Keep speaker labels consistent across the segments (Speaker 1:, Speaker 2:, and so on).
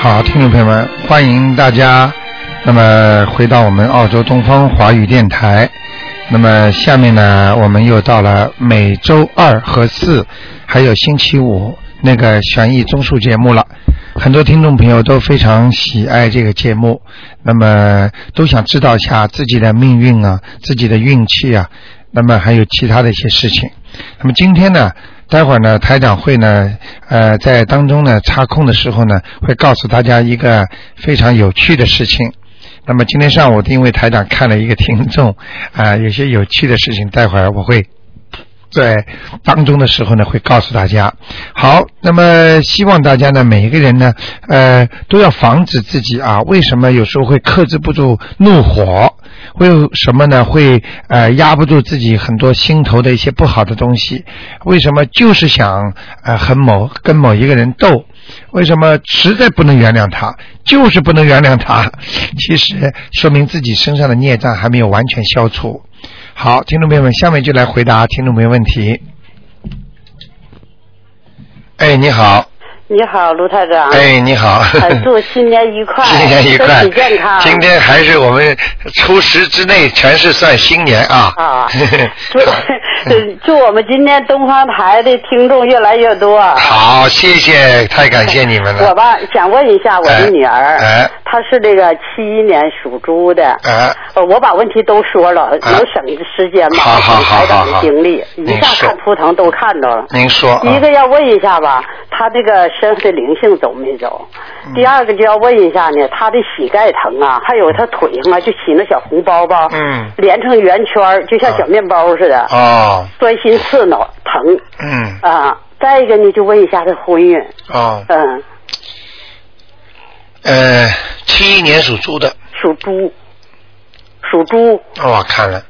Speaker 1: 好，听众朋友们，欢迎大家，那么回到我们澳洲东方华语电台。那么下面呢，我们又到了每周二和四，还有星期五那个悬疑综述节目了。很多听众朋友都非常喜爱这个节目，那么都想知道一下自己的命运啊、自己的运气啊，那么还有其他的一些事情。那么今天呢，待会儿呢，台长会呢，呃，在当中呢插空的时候呢，会告诉大家一个非常有趣的事情。那么今天上午，因为台长看了一个听众，啊、有些有趣的事情，待会儿我会在当中的时候呢，会告诉大家。好，那么希望大家呢，每一个人呢，呃，都要防止自己啊，为什么有时候会克制不住怒火？为什么呢？会呃压不住自己很多心头的一些不好的东西？为什么就是想呃和某跟某一个人斗？为什么实在不能原谅他？就是不能原谅他。 其实说明自己身上的孽障还没有完全消除。好，听众朋友们，下面就来回答听众朋友问题。哎，你好，
Speaker 2: 你好，卢台长。
Speaker 1: 哎，你好，
Speaker 2: 呃祝新年愉快，
Speaker 1: 新年愉快
Speaker 2: 身体健康。，
Speaker 1: 今天还是我们初十之内，全是算新年啊。
Speaker 2: 啊 祝呃祝我们今天东方台的听众越来越多。
Speaker 1: 哎好，谢谢，太感谢你们
Speaker 2: 我
Speaker 1: 了。
Speaker 2: 吧，想问一下我的女儿，
Speaker 1: 哎
Speaker 2: 她是这个七一年属猪的。
Speaker 1: 哎，
Speaker 2: 呃我把问题都说了，
Speaker 1: 哎
Speaker 2: 能省时间吗？
Speaker 1: 好好好
Speaker 2: 台长
Speaker 1: 好嗯
Speaker 2: 的经历，
Speaker 1: 您
Speaker 2: 一下
Speaker 1: 说
Speaker 2: 看图腾都看到了。
Speaker 1: 您说
Speaker 2: 第一
Speaker 1: 啊
Speaker 2: 个要问一下吧，她这个身上的灵性走没走？
Speaker 1: 嗯
Speaker 2: 第二个就要问一下呢，她的膝盖疼啊，还有她腿上啊，就起那小红包包，
Speaker 1: 嗯
Speaker 2: 连成圆圈儿，就像小面包似的，
Speaker 1: 哦，
Speaker 2: 钻心刺挠疼
Speaker 1: 嗯，
Speaker 2: 啊。再一个呢，就问一下她婚姻，
Speaker 1: 哦，
Speaker 2: 嗯，
Speaker 1: 呃，七一年属猪的，
Speaker 2: 属猪，属猪，
Speaker 1: 哦我看了。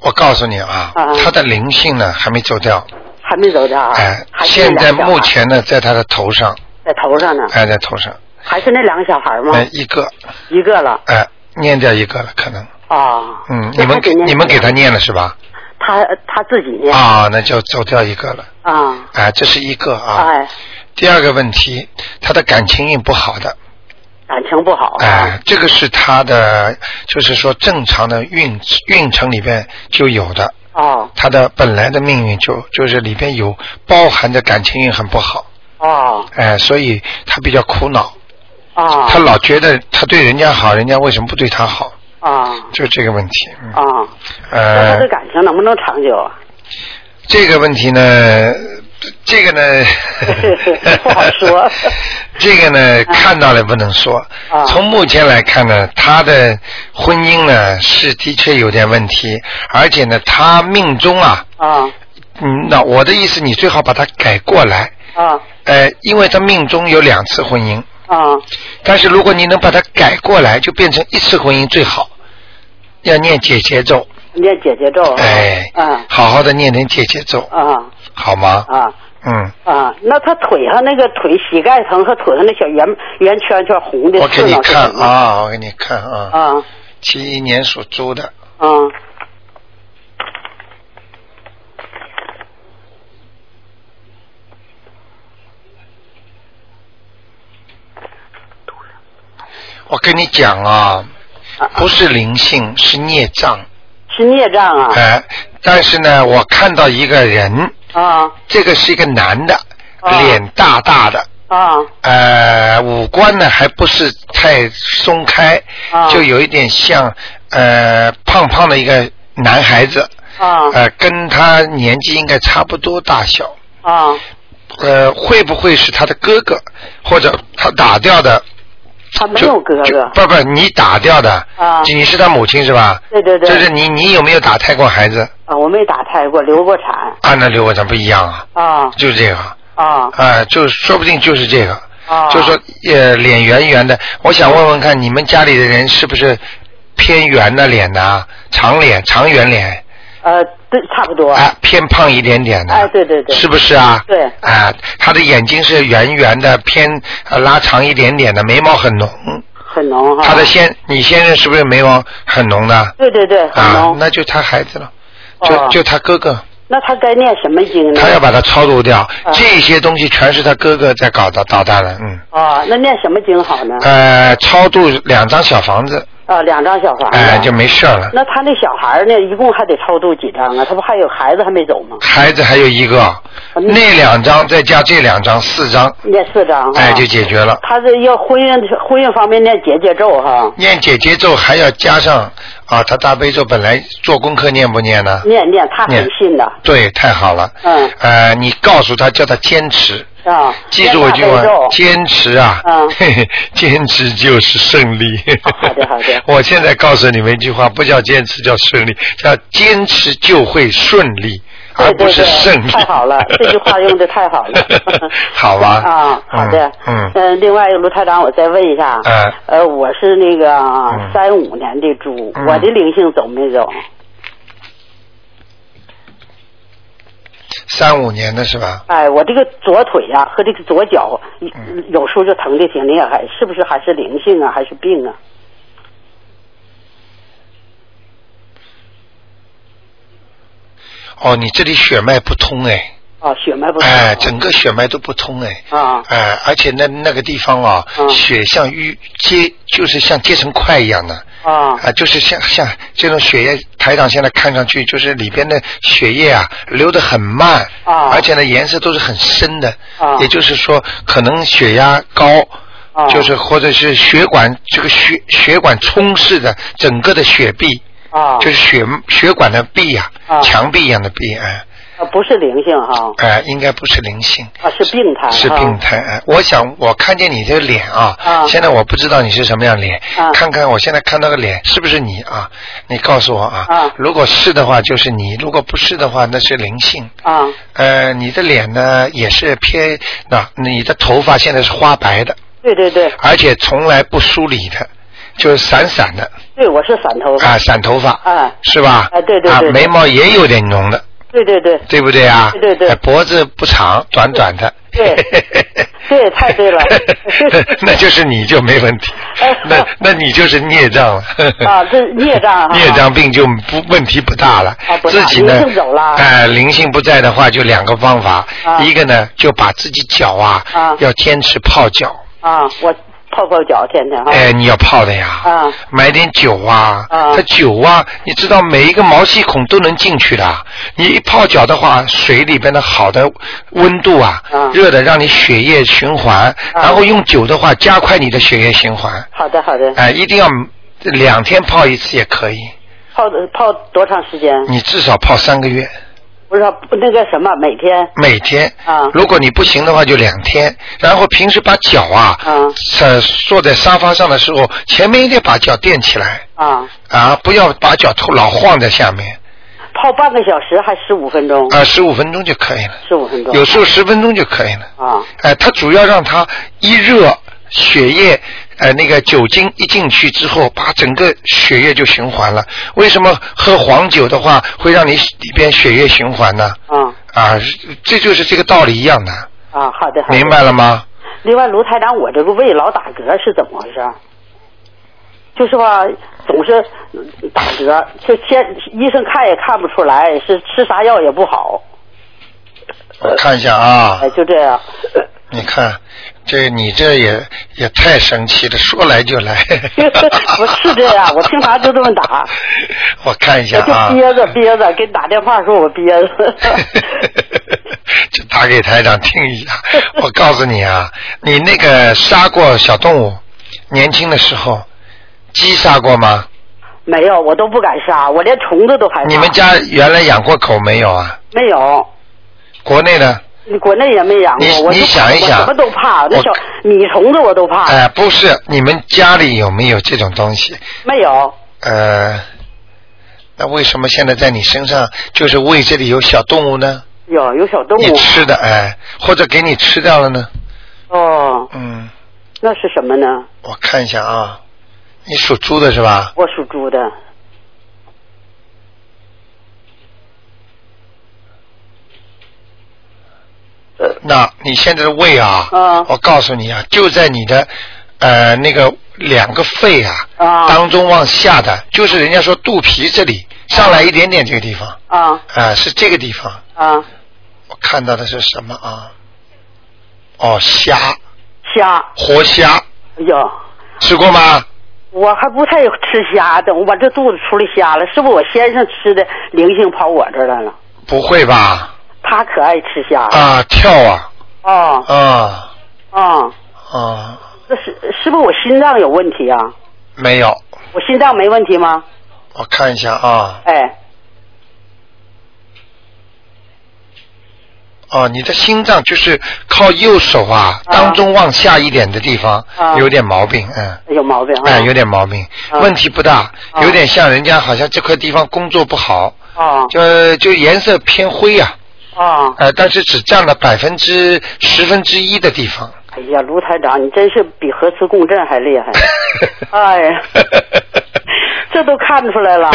Speaker 1: 我告诉你啊
Speaker 2: 啊，
Speaker 1: 他的灵性呢还没走掉，
Speaker 2: 还没走掉啊？
Speaker 1: 哎，
Speaker 2: 还是那
Speaker 1: 现
Speaker 2: 两
Speaker 1: 在
Speaker 2: 个小
Speaker 1: 目
Speaker 2: 孩
Speaker 1: 前呢在他的头上，
Speaker 2: 在头上呢，
Speaker 1: 哎，在头上，
Speaker 2: 还是那两个小孩吗？
Speaker 1: 哎，一个，
Speaker 2: 一个了
Speaker 1: 哎，念掉一个了，可能，
Speaker 2: 啊。
Speaker 1: 嗯，
Speaker 2: 那
Speaker 1: 你们
Speaker 2: 她
Speaker 1: 给
Speaker 2: 念
Speaker 1: 你们给他
Speaker 2: 什么
Speaker 1: 念了是吧？
Speaker 2: 呀，他他自己念
Speaker 1: 啊，那就走掉一个了，
Speaker 2: 啊，
Speaker 1: 哎，这是一个啊。
Speaker 2: 哎。
Speaker 1: 第二个问题，他的感情运不好的，
Speaker 2: 感情不好
Speaker 1: 哎、这个是他的，就是说正常的运运程里边就有的，
Speaker 2: 哦
Speaker 1: 他的本来的命运就就是里边有包含着感情运很不好，
Speaker 2: 哦
Speaker 1: 哎、所以他比较苦恼，
Speaker 2: 哦
Speaker 1: 他老觉得他对人家好，人家为什么不对他好？
Speaker 2: 哦
Speaker 1: 就这个问题，嗯，
Speaker 2: 哦，那他
Speaker 1: 呃
Speaker 2: 这，感情能不能长久啊？，
Speaker 1: 这个问题呢，这个呢
Speaker 2: 不好说
Speaker 1: 这个呢，看到了不能说。
Speaker 2: 啊
Speaker 1: 从目前来看呢，他的婚姻呢是的确有点问题，而且呢，他命中啊，
Speaker 2: 啊
Speaker 1: 嗯，那我的意思，你最好把它改过来。
Speaker 2: 啊
Speaker 1: 呃，因为他命中有两次婚姻，
Speaker 2: 啊
Speaker 1: 但是如果你能把它改过来，就变成一次婚姻最好。要念解结咒，
Speaker 2: 念姐姐咒啊。
Speaker 1: 哎，
Speaker 2: 啊
Speaker 1: 好好的念念解结咒，
Speaker 2: 啊
Speaker 1: 好吗？
Speaker 2: 啊
Speaker 1: 嗯。
Speaker 2: 啊！那他腿上那个腿膝盖疼和腿上那小圆圆圈圈红的
Speaker 1: 我给
Speaker 2: 刺
Speaker 1: 你
Speaker 2: 挠是
Speaker 1: 看
Speaker 2: 什么？
Speaker 1: 啊，我给你看啊，
Speaker 2: 啊
Speaker 1: 七一年属猪的，
Speaker 2: 啊
Speaker 1: 我跟你讲啊，
Speaker 2: 啊！
Speaker 1: 不是灵性，是孽障，
Speaker 2: 是孽障啊
Speaker 1: 哎、但是呢，我看到一个人，
Speaker 2: 啊
Speaker 1: 这个是一个男的，
Speaker 2: 啊
Speaker 1: 脸大大的，
Speaker 2: 啊
Speaker 1: 呃，五官呢还不是太松开，
Speaker 2: 啊
Speaker 1: 就有一点像呃胖胖的一个男孩子，
Speaker 2: 啊
Speaker 1: 呃，跟他年纪应该差不多大小，
Speaker 2: 啊
Speaker 1: 呃，会不会是他的哥哥，或者他打掉的？
Speaker 2: 他没
Speaker 1: 就
Speaker 2: 有哥
Speaker 1: 就
Speaker 2: 哥
Speaker 1: 不不，你打掉的，
Speaker 2: 啊
Speaker 1: 就你是他母亲是吧？
Speaker 2: 对对对
Speaker 1: 就是你，你有没有打胎过孩子？
Speaker 2: 啊，我没打胎过，流过产
Speaker 1: 啊，那刘国长不一样啊，
Speaker 2: 啊
Speaker 1: 就是这个啊、
Speaker 2: 啊
Speaker 1: 就是说不定就是这个，
Speaker 2: 啊！
Speaker 1: 就说呃脸圆圆的。我想问问看，你们家里的人是不是偏圆的脸呐、长脸、长圆脸，
Speaker 2: 呃，对，差不多。
Speaker 1: 啊，偏胖一点点的？
Speaker 2: 哎，对对对，
Speaker 1: 是不是啊？
Speaker 2: 对
Speaker 1: 啊，他的眼睛是圆圆的，偏呃拉长一点点的，眉毛很浓。
Speaker 2: 很浓哈。
Speaker 1: 他的先，你先生是不是眉毛很浓的？
Speaker 2: 对对对，很
Speaker 1: 啊，
Speaker 2: 浓。
Speaker 1: 那就他孩子了，
Speaker 2: 哦
Speaker 1: 就就他哥哥，
Speaker 2: 那他该念什么经呢？
Speaker 1: 他要把它超度掉，
Speaker 2: 啊
Speaker 1: 这些东西全是他哥哥在搞的捣蛋的，嗯。
Speaker 2: 啊，那念什么经好呢？
Speaker 1: 呃，超度两张小房子，
Speaker 2: 啊，两张小房子。
Speaker 1: 哎、就没事儿了。
Speaker 2: 那他那小孩儿呢？一共还得超度几张啊？他不还有孩子还没走吗？
Speaker 1: 孩子还有一个，
Speaker 2: 嗯
Speaker 1: 那两张再加这两张，四张，
Speaker 2: 念四张啊。
Speaker 1: 哎，就解决了。
Speaker 2: 他这要婚姻婚姻方面念结界咒哈，
Speaker 1: 念姐姐咒还要加上啊，他大悲咒本来做功课念不念呢？
Speaker 2: 念念他很
Speaker 1: 念
Speaker 2: 信的，
Speaker 1: 对，太好了。
Speaker 2: 嗯
Speaker 1: 呃，你告诉他，叫他坚持，
Speaker 2: 啊，
Speaker 1: 记住我一句
Speaker 2: 念大
Speaker 1: 话
Speaker 2: 悲咒，
Speaker 1: 坚持啊，
Speaker 2: 嗯哦
Speaker 1: 嘿嘿， 坚持就是胜利。
Speaker 2: 好的好的
Speaker 1: 我现在告诉你们一句话，不叫坚持，叫胜利，叫坚持就会顺利，而
Speaker 2: 对
Speaker 1: 不
Speaker 2: 对
Speaker 1: 是
Speaker 2: 对
Speaker 1: 胜利。
Speaker 2: 太 好了这句话用得太好了
Speaker 1: 好 吧。
Speaker 2: 啊，好的，
Speaker 1: 嗯嗯
Speaker 2: 呃另外卢台长，我再问一下，
Speaker 1: 哎
Speaker 2: 呃，我是那个
Speaker 1: 嗯
Speaker 2: 三五年的猪，
Speaker 1: 嗯
Speaker 2: 我的灵性走没走？
Speaker 1: 三五年的是吧？
Speaker 2: 哎，我这个左腿呀、和这个左脚，
Speaker 1: 嗯
Speaker 2: 有时候就疼的挺厉害，是不是还是灵性啊，还是病啊？
Speaker 1: 哦，你这里血脉不通哎，
Speaker 2: 啊，血脉不通
Speaker 1: 哎，整个血脉都不通哎。
Speaker 2: 啊
Speaker 1: 哎，而且那那个地方啊，
Speaker 2: 嗯
Speaker 1: 血像淤结，就是像结成块一样的，
Speaker 2: 啊
Speaker 1: 啊，就是像像这种血液，台长现在看上去就是里边的血液啊流得很慢，
Speaker 2: 啊
Speaker 1: 而且呢颜色都是很深的，
Speaker 2: 啊
Speaker 1: 也就是说可能血压高。
Speaker 2: 啊
Speaker 1: 就是或者是血管这个血血管充斥着整个的血壁，
Speaker 2: 啊，
Speaker 1: 就是血血管的壁呀、
Speaker 2: 啊
Speaker 1: 墙壁一样的壁，哎、
Speaker 2: 啊不是灵性哈，
Speaker 1: 哎、应该不是灵性。
Speaker 2: 啊是病态，
Speaker 1: 是病。态。哎我想我看见你这个脸啊，
Speaker 2: 啊
Speaker 1: 现在我不知道你是什么样脸，
Speaker 2: 啊
Speaker 1: 看看我现在看到的脸是不是你啊？你告诉我啊，
Speaker 2: 啊
Speaker 1: 如果是的话就是你，如果不是的话那是灵性。
Speaker 2: 啊
Speaker 1: 呃，你的脸呢也是偏那、你的头发现在是花白的，
Speaker 2: 对对对
Speaker 1: 而且从来不梳理的，就是散散的
Speaker 2: 对，我是散头发
Speaker 1: 啊，，散头发，
Speaker 2: 啊
Speaker 1: 是吧？
Speaker 2: 嗯啊对对对
Speaker 1: 啊
Speaker 2: 对，
Speaker 1: 眉毛也有点浓的，
Speaker 2: 对对对，
Speaker 1: 对不对啊？
Speaker 2: 对对对
Speaker 1: 哎脖子不长，短短 的。
Speaker 2: 对 对太对了
Speaker 1: 那就是你就没问题
Speaker 2: 哎，
Speaker 1: 那那你就是孽障了。
Speaker 2: 啊这孽障哈
Speaker 1: 孽障病就不问题不大了
Speaker 2: 啊。不大
Speaker 1: 自己呢
Speaker 2: 灵性走了，
Speaker 1: 哎，灵性不在的话，就两个方法，
Speaker 2: 啊
Speaker 1: 一个呢就把自己脚啊
Speaker 2: 啊
Speaker 1: 要坚持泡脚，
Speaker 2: 啊，我泡泡脚天天哈，
Speaker 1: 哎，你要泡的呀，
Speaker 2: 啊
Speaker 1: 买点酒啊，
Speaker 2: 啊
Speaker 1: 它酒啊，你知道每一个毛细孔都能进去的，你一泡脚的话，水里边的好的温度啊，
Speaker 2: 啊
Speaker 1: 热的让你血液循环，
Speaker 2: 啊
Speaker 1: 然后用酒的话加快你的血液循环，
Speaker 2: 好的好的，
Speaker 1: 哎，一定要两天泡一次也可以，
Speaker 2: 泡泡多长时间？
Speaker 1: 你至少泡三个月。
Speaker 2: 不是那个什么，每天
Speaker 1: 每天
Speaker 2: 啊
Speaker 1: 如果你不行的话就两天，然后平时把脚啊，
Speaker 2: 啊
Speaker 1: 呃，坐在沙发上的时候，前面一定把脚垫起来，
Speaker 2: 啊，
Speaker 1: 啊，不要把脚头老晃在下面，
Speaker 2: 泡半个小时还十五分钟，
Speaker 1: 啊，十五分钟就可以了，
Speaker 2: 十五分钟
Speaker 1: 有时候十分钟就可以了。
Speaker 2: 啊
Speaker 1: 哎，它主要让它一热，血液，呃，那个酒精一进去之后，把整个血液就循环了。为什么喝黄酒的话会让你里边血液循环呢？
Speaker 2: 啊
Speaker 1: 啊，这就是这个道理一样的，
Speaker 2: 啊，好的好的。
Speaker 1: 明白了吗？
Speaker 2: 另外，卢台长，我这个胃老打嗝是怎么回事儿？就是吧，总是打嗝，就先医生看也看不出来，是吃啥药也不好，
Speaker 1: 我看一下啊
Speaker 2: 哎，，就这样。。
Speaker 1: 你看，这你这也也太神奇了，说来就来
Speaker 2: 不是这 样我平常就这么打。
Speaker 1: 我看一
Speaker 2: 我
Speaker 1: 下
Speaker 2: 哎就
Speaker 1: 啊。
Speaker 2: 憋着憋着，给你打电话说我憋着。
Speaker 1: 就打给台长听一下。我告诉你啊，你那个杀过小动物，年轻的时候，鸡杀过吗？
Speaker 2: 没有，我都不敢杀，我连虫子都害怕。
Speaker 1: 你们家原来养过狗没有啊？
Speaker 2: 没有？
Speaker 1: 国内的，
Speaker 2: 你国内也没养过
Speaker 1: 你，
Speaker 2: 我就
Speaker 1: 你想一想
Speaker 2: 我什么都怕，那
Speaker 1: 我
Speaker 2: 小米虫子我都怕。
Speaker 1: 哎、不是，你们家里有没有这种东西？
Speaker 2: 没有，
Speaker 1: 呃，那为什么现在在你身上就是胃这里有小动物呢？
Speaker 2: 有有小动
Speaker 1: 你
Speaker 2: 物。
Speaker 1: 吃的哎、或者给你吃掉了呢？
Speaker 2: 哦，
Speaker 1: 嗯，
Speaker 2: 那是什么呢？
Speaker 1: 我看一下啊，你属猪的是吧？
Speaker 2: 我属猪的。
Speaker 1: 那你现在的胃啊，
Speaker 2: 嗯
Speaker 1: 我告诉你啊，就在你的呃那个两个肺啊
Speaker 2: 啊
Speaker 1: 当中往下的，就是人家说肚皮这里上来一点点这个地方，
Speaker 2: 啊
Speaker 1: 啊，是这个地方，
Speaker 2: 啊，
Speaker 1: 我看到的是什么啊？哦，虾，
Speaker 2: 虾，
Speaker 1: 活虾，
Speaker 2: 哎呦，
Speaker 1: 吃过吗？
Speaker 2: 我还不太吃虾的，我这肚子出来虾了，是不是我先生吃的灵性跑我这儿来了？
Speaker 1: 不会吧？
Speaker 2: 他可爱吃虾了。
Speaker 1: 啊，跳啊，
Speaker 2: 哦
Speaker 1: 啊
Speaker 2: 哦，
Speaker 1: 啊，
Speaker 2: 这是是不是我心脏有问题啊？
Speaker 1: 没有，
Speaker 2: 我心脏没问题吗？
Speaker 1: 我看一下啊，
Speaker 2: 哎，
Speaker 1: 哦，你的心脏就是靠右手啊，
Speaker 2: 啊
Speaker 1: 当中往下一点的地方
Speaker 2: 啊
Speaker 1: 有点毛病，嗯。
Speaker 2: 有毛病啊。
Speaker 1: 哎，有点毛病，
Speaker 2: 啊
Speaker 1: 问题不大，
Speaker 2: 啊
Speaker 1: 有点像人家好像这块地方工作不好，
Speaker 2: 哦
Speaker 1: 就就颜色偏灰呀、
Speaker 2: 哦，
Speaker 1: 呃，但是只占了百分之十分之一的地方。
Speaker 2: 哎呀，卢台长，你真是比核磁共振还厉害。 哎 呀，这都看出来了啊。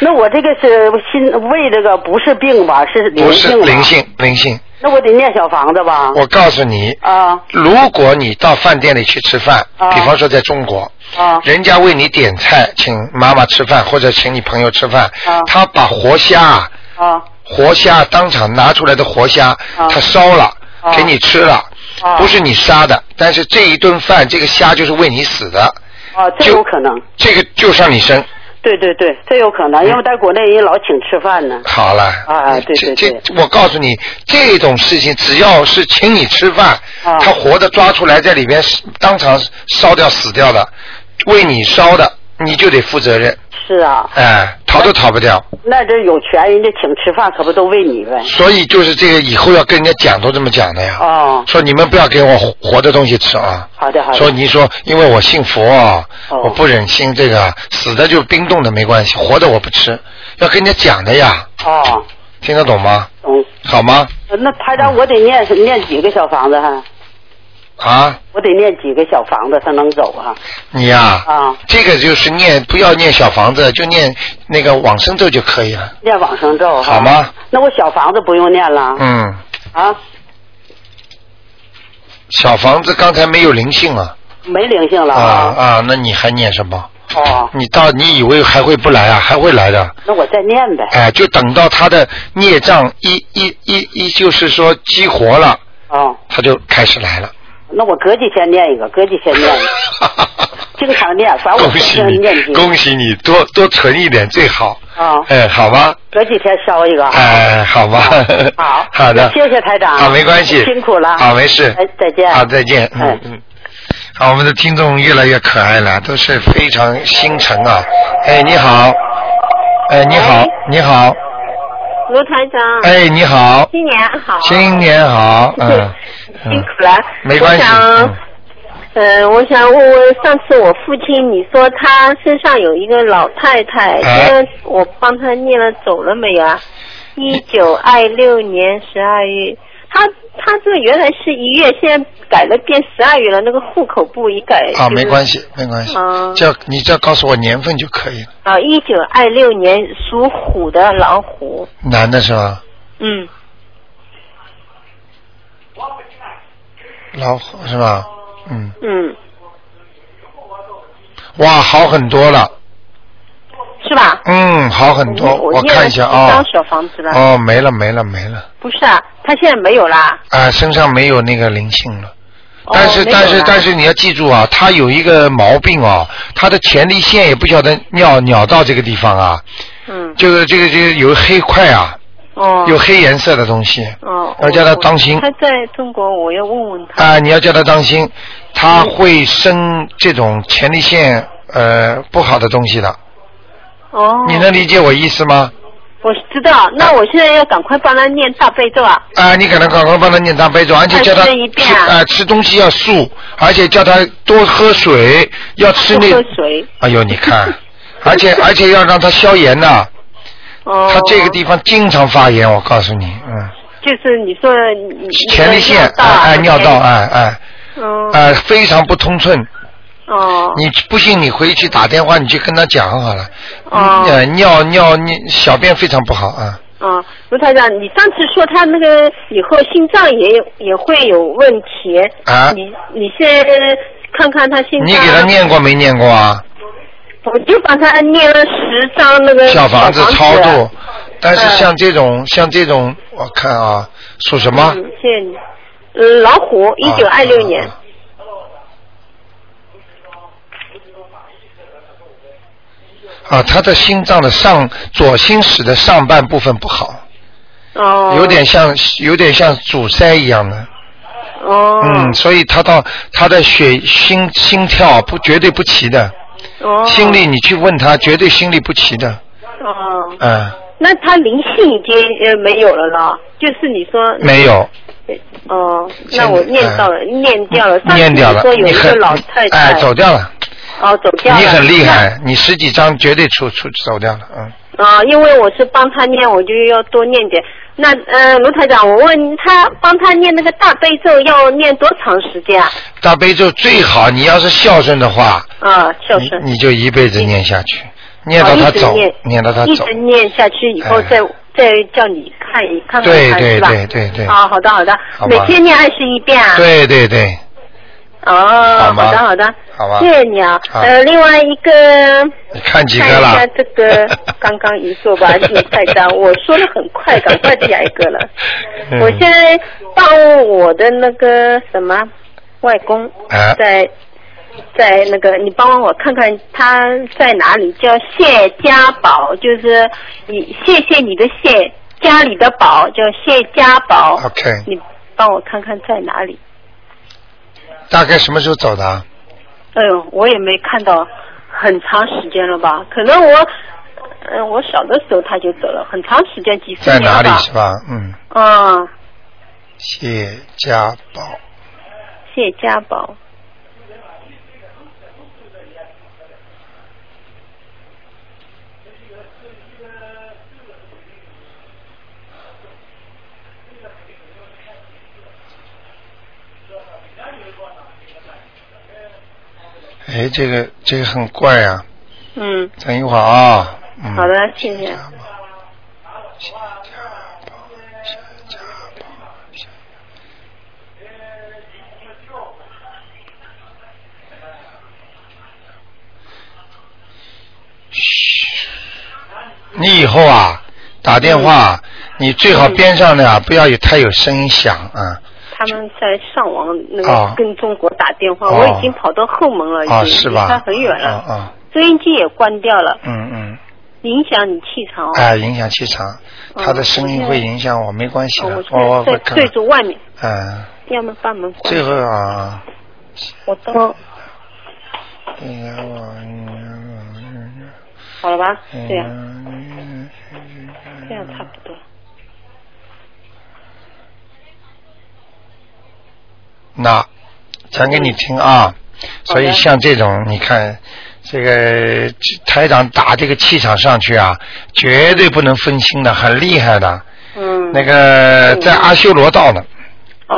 Speaker 2: 那我这个是心胃这个不是病吧？是灵
Speaker 1: 不是
Speaker 2: 性吧？啊
Speaker 1: 灵性，灵性。
Speaker 2: 那我得念小房子吧？
Speaker 1: 我告诉你，
Speaker 2: 啊
Speaker 1: 如果你到饭店里去吃饭，
Speaker 2: 啊
Speaker 1: 比方说在中国，
Speaker 2: 啊
Speaker 1: 人家为你点菜，请妈妈吃饭或者请你朋友吃饭，
Speaker 2: 嗯啊
Speaker 1: 他把活虾、
Speaker 2: 啊
Speaker 1: 活虾当场拿出来的活虾，
Speaker 2: 啊
Speaker 1: 他烧了
Speaker 2: 啊
Speaker 1: 给你吃了，
Speaker 2: 啊！
Speaker 1: 不是你杀的，但是这一顿饭这个虾就是为你死的，
Speaker 2: 啊，这
Speaker 1: 就
Speaker 2: 有可能。
Speaker 1: 这个就上你身。
Speaker 2: 对对对，这有可能，因为在国内人老请吃饭呢。
Speaker 1: 好了，
Speaker 2: 啊对对
Speaker 1: 这
Speaker 2: 对
Speaker 1: 这我告诉你，这种事情只要是请你吃饭，
Speaker 2: 啊
Speaker 1: 他活的抓出来在里边当场烧掉死掉的，为你烧的，你就得负责任，
Speaker 2: 是啊，
Speaker 1: 哎，逃都逃不掉。
Speaker 2: 那这有权人家请吃饭，可不都为你呗？
Speaker 1: 所以就是这个以后要跟人家讲都这么讲的呀，
Speaker 2: 哦，
Speaker 1: 说你们不要给我活活的东西吃啊。
Speaker 2: 好的好
Speaker 1: 说
Speaker 2: 的。
Speaker 1: 你说，因为我信佛、啊，
Speaker 2: 哎哦
Speaker 1: 我不忍心这个死的就冰冻的没关系，活的我不吃，要跟人家讲的呀，
Speaker 2: 哦，
Speaker 1: 听得懂吗？
Speaker 2: 嗯，
Speaker 1: 好吗？
Speaker 2: 那台长，我得念念几个小房子哈？
Speaker 1: 啊，
Speaker 2: 我得念几个小房子才能走啊？
Speaker 1: 你呀、
Speaker 2: 啊，
Speaker 1: 这个就是念，不要念小房子，就念那个往生咒就可以了，
Speaker 2: 念往生咒哈
Speaker 1: 好？吗？
Speaker 2: 那我小房子不用念了
Speaker 1: 嗯，
Speaker 2: 啊？
Speaker 1: 小房子刚才没有灵性啊，
Speaker 2: 没灵性了
Speaker 1: 啊啊，那你还念什么？
Speaker 2: 哦，
Speaker 1: 你到你以为还会不来啊？还会来的。
Speaker 2: 那我再念呗。
Speaker 1: 哎，就等到他的孽障一一一一，就是说激活了，
Speaker 2: 哦，
Speaker 1: 他就开始来了。
Speaker 2: 那我隔几天念一个，隔几 天念一个。经常念，反嗯正我
Speaker 1: 恭
Speaker 2: 不
Speaker 1: 喜
Speaker 2: 是念
Speaker 1: 你，
Speaker 2: 经
Speaker 1: 恭喜你，多多存一点最好。
Speaker 2: 啊，
Speaker 1: 哎，好吧，
Speaker 2: 隔几天烧一个。
Speaker 1: 哎，好吧，
Speaker 2: 好
Speaker 1: 好的，
Speaker 2: 那谢谢台长
Speaker 1: 好，没关系，
Speaker 2: 辛苦了
Speaker 1: 好，没事
Speaker 2: 哎，再见
Speaker 1: 好，再见，嗯
Speaker 2: 哎
Speaker 1: 嗯。好，我们的听众越来越可爱了，都是非常心诚啊。哎，你好，哎，你好
Speaker 3: 喂，
Speaker 1: 你
Speaker 2: 嗯
Speaker 1: 好，
Speaker 3: 卢团长，
Speaker 1: 哎，你好，
Speaker 3: 新年好，
Speaker 1: 新年好，嗯，
Speaker 3: 辛
Speaker 1: 嗯
Speaker 3: 苦了，
Speaker 1: 没关系
Speaker 3: 我，想
Speaker 1: 嗯，
Speaker 3: 呃，我想问问，上次我父亲你说他身上有一个老太太，
Speaker 1: 哎
Speaker 3: 现在我帮他念了走了没有啊？一九二六年十二月，他他这原来是一月，现在改了变十二月了，那个户口簿一改
Speaker 1: 啊，没
Speaker 3: 系
Speaker 1: 关系，没关系，
Speaker 3: 呃嗯
Speaker 1: 只要你只要告诉我年份就可以了。
Speaker 3: 啊，一九二六年属虎的老虎，
Speaker 1: 男的是吧？
Speaker 3: 嗯，
Speaker 1: 老虎是吧？嗯，
Speaker 3: 嗯，
Speaker 1: 哇，好很多了，
Speaker 3: 是吧？
Speaker 1: 嗯，好很多。
Speaker 3: 我念
Speaker 1: 看
Speaker 3: 了
Speaker 1: 一
Speaker 3: 几
Speaker 1: 下啊
Speaker 3: 张，小房子了，
Speaker 1: 哦，没了没了没了，
Speaker 3: 不是啊，他现在没有啦。
Speaker 1: 啊，身上没有那个灵性了。但是、
Speaker 3: 哦、
Speaker 1: 但是但
Speaker 3: 是，
Speaker 1: 是你要记住啊，他有一个毛病哦，他的前列腺也不晓得尿尿到这个地方啊，
Speaker 3: 嗯，
Speaker 1: 就是这个这个有黑块啊，
Speaker 3: 哦，
Speaker 1: 有黑颜色的东西
Speaker 3: 哦，
Speaker 1: 要叫他当心
Speaker 3: 我他在中国，我要问问他。
Speaker 1: 啊，你要叫他当心，
Speaker 3: 嗯
Speaker 1: 他会生这种前列腺呃不好的东西的，
Speaker 3: 哦，
Speaker 1: 你能理解我意思吗？
Speaker 3: 我知道，那我现在要赶快帮他念大悲咒啊。
Speaker 1: 啊，你可能赶快帮他念大悲咒，而且叫他
Speaker 3: 他吃一遍
Speaker 1: 吃
Speaker 3: 啊
Speaker 1: 啊吃东西要素，而且叫他多喝水，要吃那
Speaker 3: 多喝水。
Speaker 1: 哎呦，你看，而且而且要让他消炎呐、
Speaker 3: 哦，
Speaker 1: 他这个地方经常发炎，我告诉你，嗯，
Speaker 3: 就是你说你
Speaker 1: 前列腺哎哎尿道。哎哎
Speaker 3: 你说道啊
Speaker 1: 哎非常不通顺，
Speaker 3: 嗯，哦，
Speaker 1: 你不信你回去打电话你去跟他讲好了，
Speaker 3: 哦
Speaker 1: 呃尿尿尿小便非常不好啊，
Speaker 3: 哦，卢台长，你上次说他那个以后心脏也也会有问题。
Speaker 1: 啊
Speaker 3: 你你先看看他心脏。
Speaker 1: 你给他念过没念过啊？
Speaker 3: 我就把他念了十张那个
Speaker 1: 小房
Speaker 3: 嗯子
Speaker 1: 子超度，但是
Speaker 3: 嗯
Speaker 1: 像这种像这种，我看啊，属什么？
Speaker 3: 嗯，谢谢你。嗯，老虎，一九二六年。
Speaker 1: 啊啊，他的心脏的上左心室的上半部分不好，
Speaker 3: 哦。
Speaker 1: 有点。像有点像阻塞一样的，
Speaker 3: 哦。
Speaker 1: 嗯，。所以他到他的血心心跳不绝对不齐的，
Speaker 3: 哦。
Speaker 1: 心里。你去问他绝对心里不齐的，
Speaker 3: 哦。
Speaker 1: 嗯，
Speaker 3: 那他灵性已经呃没有了呢，就是你说。
Speaker 1: 没有，
Speaker 3: 哦，
Speaker 1: 现在
Speaker 3: 那我念到了，念掉了。上次
Speaker 1: 念掉
Speaker 3: 你
Speaker 1: 了
Speaker 3: 说，有
Speaker 1: 你
Speaker 3: 一个
Speaker 1: 很
Speaker 3: 老太太。
Speaker 1: 哎走掉了，
Speaker 3: 哦，走掉了。
Speaker 1: 你很厉害，你十几张绝对出出走掉了，嗯。
Speaker 3: 啊，因为我是帮他念，我就要多念点。那呃，卢台长，我问他帮他念那个大悲咒要念多长时间啊？
Speaker 1: 大悲咒最好，你要是孝顺的话，
Speaker 3: 啊，孝顺，
Speaker 1: 你你就一辈子念下去，念到
Speaker 3: 啊
Speaker 1: 他
Speaker 3: 一直
Speaker 1: 走
Speaker 3: 念，
Speaker 1: 念到他
Speaker 3: 一
Speaker 1: 走
Speaker 3: 直。念下去以后
Speaker 1: 哎
Speaker 3: 再、再叫你看一看看
Speaker 1: 对
Speaker 3: 看
Speaker 1: 对
Speaker 3: 是吧？
Speaker 1: 对对对
Speaker 3: 啊，好的好的，
Speaker 1: 好吧
Speaker 3: 每天念二十一遍啊。。
Speaker 1: 对对对，好
Speaker 3: 哦，
Speaker 1: 吗
Speaker 3: 好的好的，
Speaker 1: 好吧
Speaker 3: 谢谢你啊。
Speaker 1: 好
Speaker 3: 呃，另外一个。
Speaker 1: 你看几个
Speaker 3: 看一
Speaker 1: 了
Speaker 3: 下？这个 刚刚一做吧，你太脏，我说的很快，赶快下一个了。
Speaker 1: 嗯
Speaker 3: 我现在帮我的那个什么外公
Speaker 1: 啊
Speaker 3: 在、在那个，你帮我看看他在哪里，叫谢家宝，就是你谢谢你的谢，家里的宝叫谢家宝。
Speaker 1: OK
Speaker 3: 你帮我看看在哪里？
Speaker 1: 大概什么时候走的啊？
Speaker 3: 哎呦，我也没看到很长时间了吧？可能我，嗯、我小的时候他就走了，很长时间，几十
Speaker 1: 在
Speaker 3: 年
Speaker 1: 哪
Speaker 3: 了
Speaker 1: 里
Speaker 3: 吧？
Speaker 1: 是吧？嗯，
Speaker 3: 啊，
Speaker 1: 谢家宝，
Speaker 3: 谢家宝，
Speaker 1: 哎，这个这个很怪啊，
Speaker 3: 嗯，
Speaker 1: 等一会儿啊。嗯、
Speaker 3: 好的，谢谢。
Speaker 1: 你以后啊，打电话，
Speaker 3: 嗯
Speaker 1: 你最好边上的啊，不要有太有声音响啊。
Speaker 3: 他们在上网那
Speaker 1: 啊
Speaker 3: 个跟中国打电话，
Speaker 1: 哦
Speaker 3: 我已经跑到后门了，已经、
Speaker 1: 啊，是
Speaker 3: 离他
Speaker 1: 吧？
Speaker 3: 很远了，
Speaker 1: 啊啊，
Speaker 3: 收音机也关掉了，
Speaker 1: 嗯嗯，
Speaker 3: 影响你气场哦。
Speaker 1: 哎，影响气场，
Speaker 3: 嗯
Speaker 1: 他的声音会影响我，没关系
Speaker 3: 哦
Speaker 1: 的
Speaker 3: 我，现
Speaker 1: 我我
Speaker 3: 在
Speaker 1: 会
Speaker 3: 在
Speaker 1: 看
Speaker 3: 对。着外面，
Speaker 1: 嗯，
Speaker 3: 要么把门关。
Speaker 1: 这个啊，
Speaker 3: 我都好了吧？
Speaker 1: 嗯
Speaker 3: 这样，这样差不多。
Speaker 1: 那讲给你听啊，所以
Speaker 3: 好的
Speaker 1: 像这种，你看这个台长打这个气场上去啊，绝对不能分心的，很厉害的。
Speaker 3: 嗯。
Speaker 1: 那个在阿修罗道呢，
Speaker 3: 哦，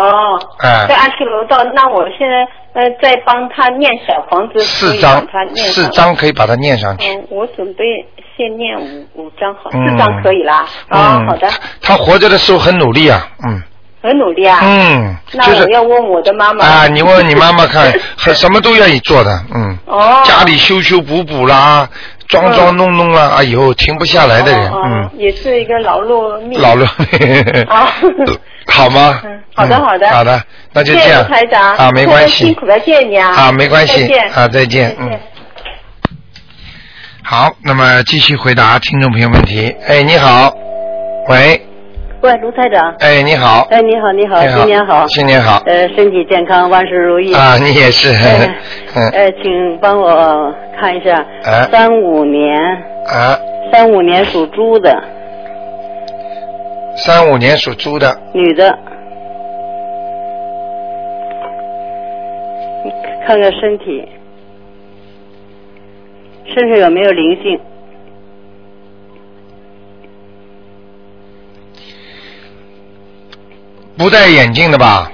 Speaker 1: 哎
Speaker 3: 在阿修罗道，那我现在呃在帮他念小房子，
Speaker 1: 四
Speaker 3: 所以
Speaker 1: 张
Speaker 3: 把他，念
Speaker 1: 四
Speaker 3: 上。
Speaker 1: 张可以把它念上去。
Speaker 3: 嗯，我准备先念五五张好，
Speaker 1: 嗯
Speaker 3: 四张可以啦。啊、
Speaker 1: 嗯，
Speaker 3: 好的，
Speaker 1: 他活着的时候很努力啊，嗯
Speaker 3: 很努力啊。
Speaker 1: 嗯，
Speaker 3: 那
Speaker 1: 就是
Speaker 3: 我要问我的妈妈
Speaker 1: 啊，你问问你妈妈看， 很什么都愿意做的，嗯，
Speaker 3: 哦，嗯
Speaker 1: 家里修修补补啦，装装弄弄啦，哎呦，停不下来的人，
Speaker 3: 哦哦
Speaker 1: 嗯，
Speaker 3: 也是一个劳碌命。
Speaker 1: 老了，
Speaker 3: 啊
Speaker 1: 好吗
Speaker 3: 嗯？好的
Speaker 1: 嗯
Speaker 3: 好的
Speaker 1: 好的，那就
Speaker 3: 谢
Speaker 1: 这
Speaker 3: 谢
Speaker 1: 样
Speaker 3: 卢台长
Speaker 1: 啊，没关
Speaker 3: 辛
Speaker 1: 系
Speaker 3: 苦了，谢谢你啊。
Speaker 1: 啊，没关系
Speaker 3: 再见
Speaker 1: 啊，再见，
Speaker 3: 再
Speaker 1: 嗯
Speaker 3: 见。
Speaker 1: 好，那么继续回答听众朋友问题。哎，你好，喂，
Speaker 4: 喂，卢台长。
Speaker 1: 哎，你好，
Speaker 4: 哎，你好，你好，
Speaker 1: 你好
Speaker 4: 新年好。
Speaker 1: 新年好
Speaker 4: 呃，身体健康，万事如意。
Speaker 1: 啊，你也是，
Speaker 4: 哎
Speaker 1: 嗯
Speaker 4: 呃，请帮我看一下
Speaker 1: 哎，
Speaker 4: 三五年，
Speaker 1: 啊，
Speaker 4: 三五年属猪的
Speaker 1: 三五年属猪的，
Speaker 4: 女的，看看身体，身上有没有灵性？
Speaker 1: 不戴眼镜的吧？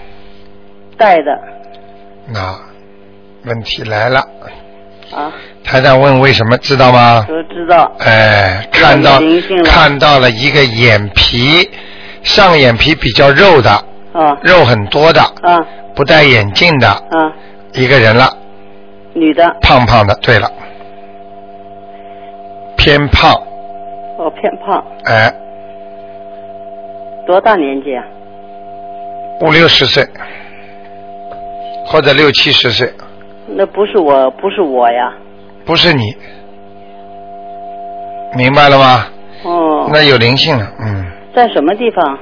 Speaker 4: 带的
Speaker 1: 那问题来了，
Speaker 4: 啊，
Speaker 1: 台长问为什么知道吗？
Speaker 4: 都知道。
Speaker 1: 哎，看到
Speaker 4: 有灵性了
Speaker 1: 看到了一个眼皮，上眼皮比较肉的，
Speaker 4: 啊
Speaker 1: 肉很多的，
Speaker 4: 啊
Speaker 1: 不戴眼镜的
Speaker 4: 啊，
Speaker 1: 一个人了，
Speaker 4: 女的，
Speaker 1: 胖胖的。对了，偏胖，
Speaker 2: 我哦偏胖，
Speaker 1: 哎，
Speaker 2: 多大年纪啊？
Speaker 1: 五六十岁，或者六七十岁，
Speaker 2: 那不是我，不是我呀。
Speaker 1: 不是你，明白了吗？
Speaker 2: 哦，
Speaker 1: 那有灵性了，嗯，
Speaker 2: 在什么地方？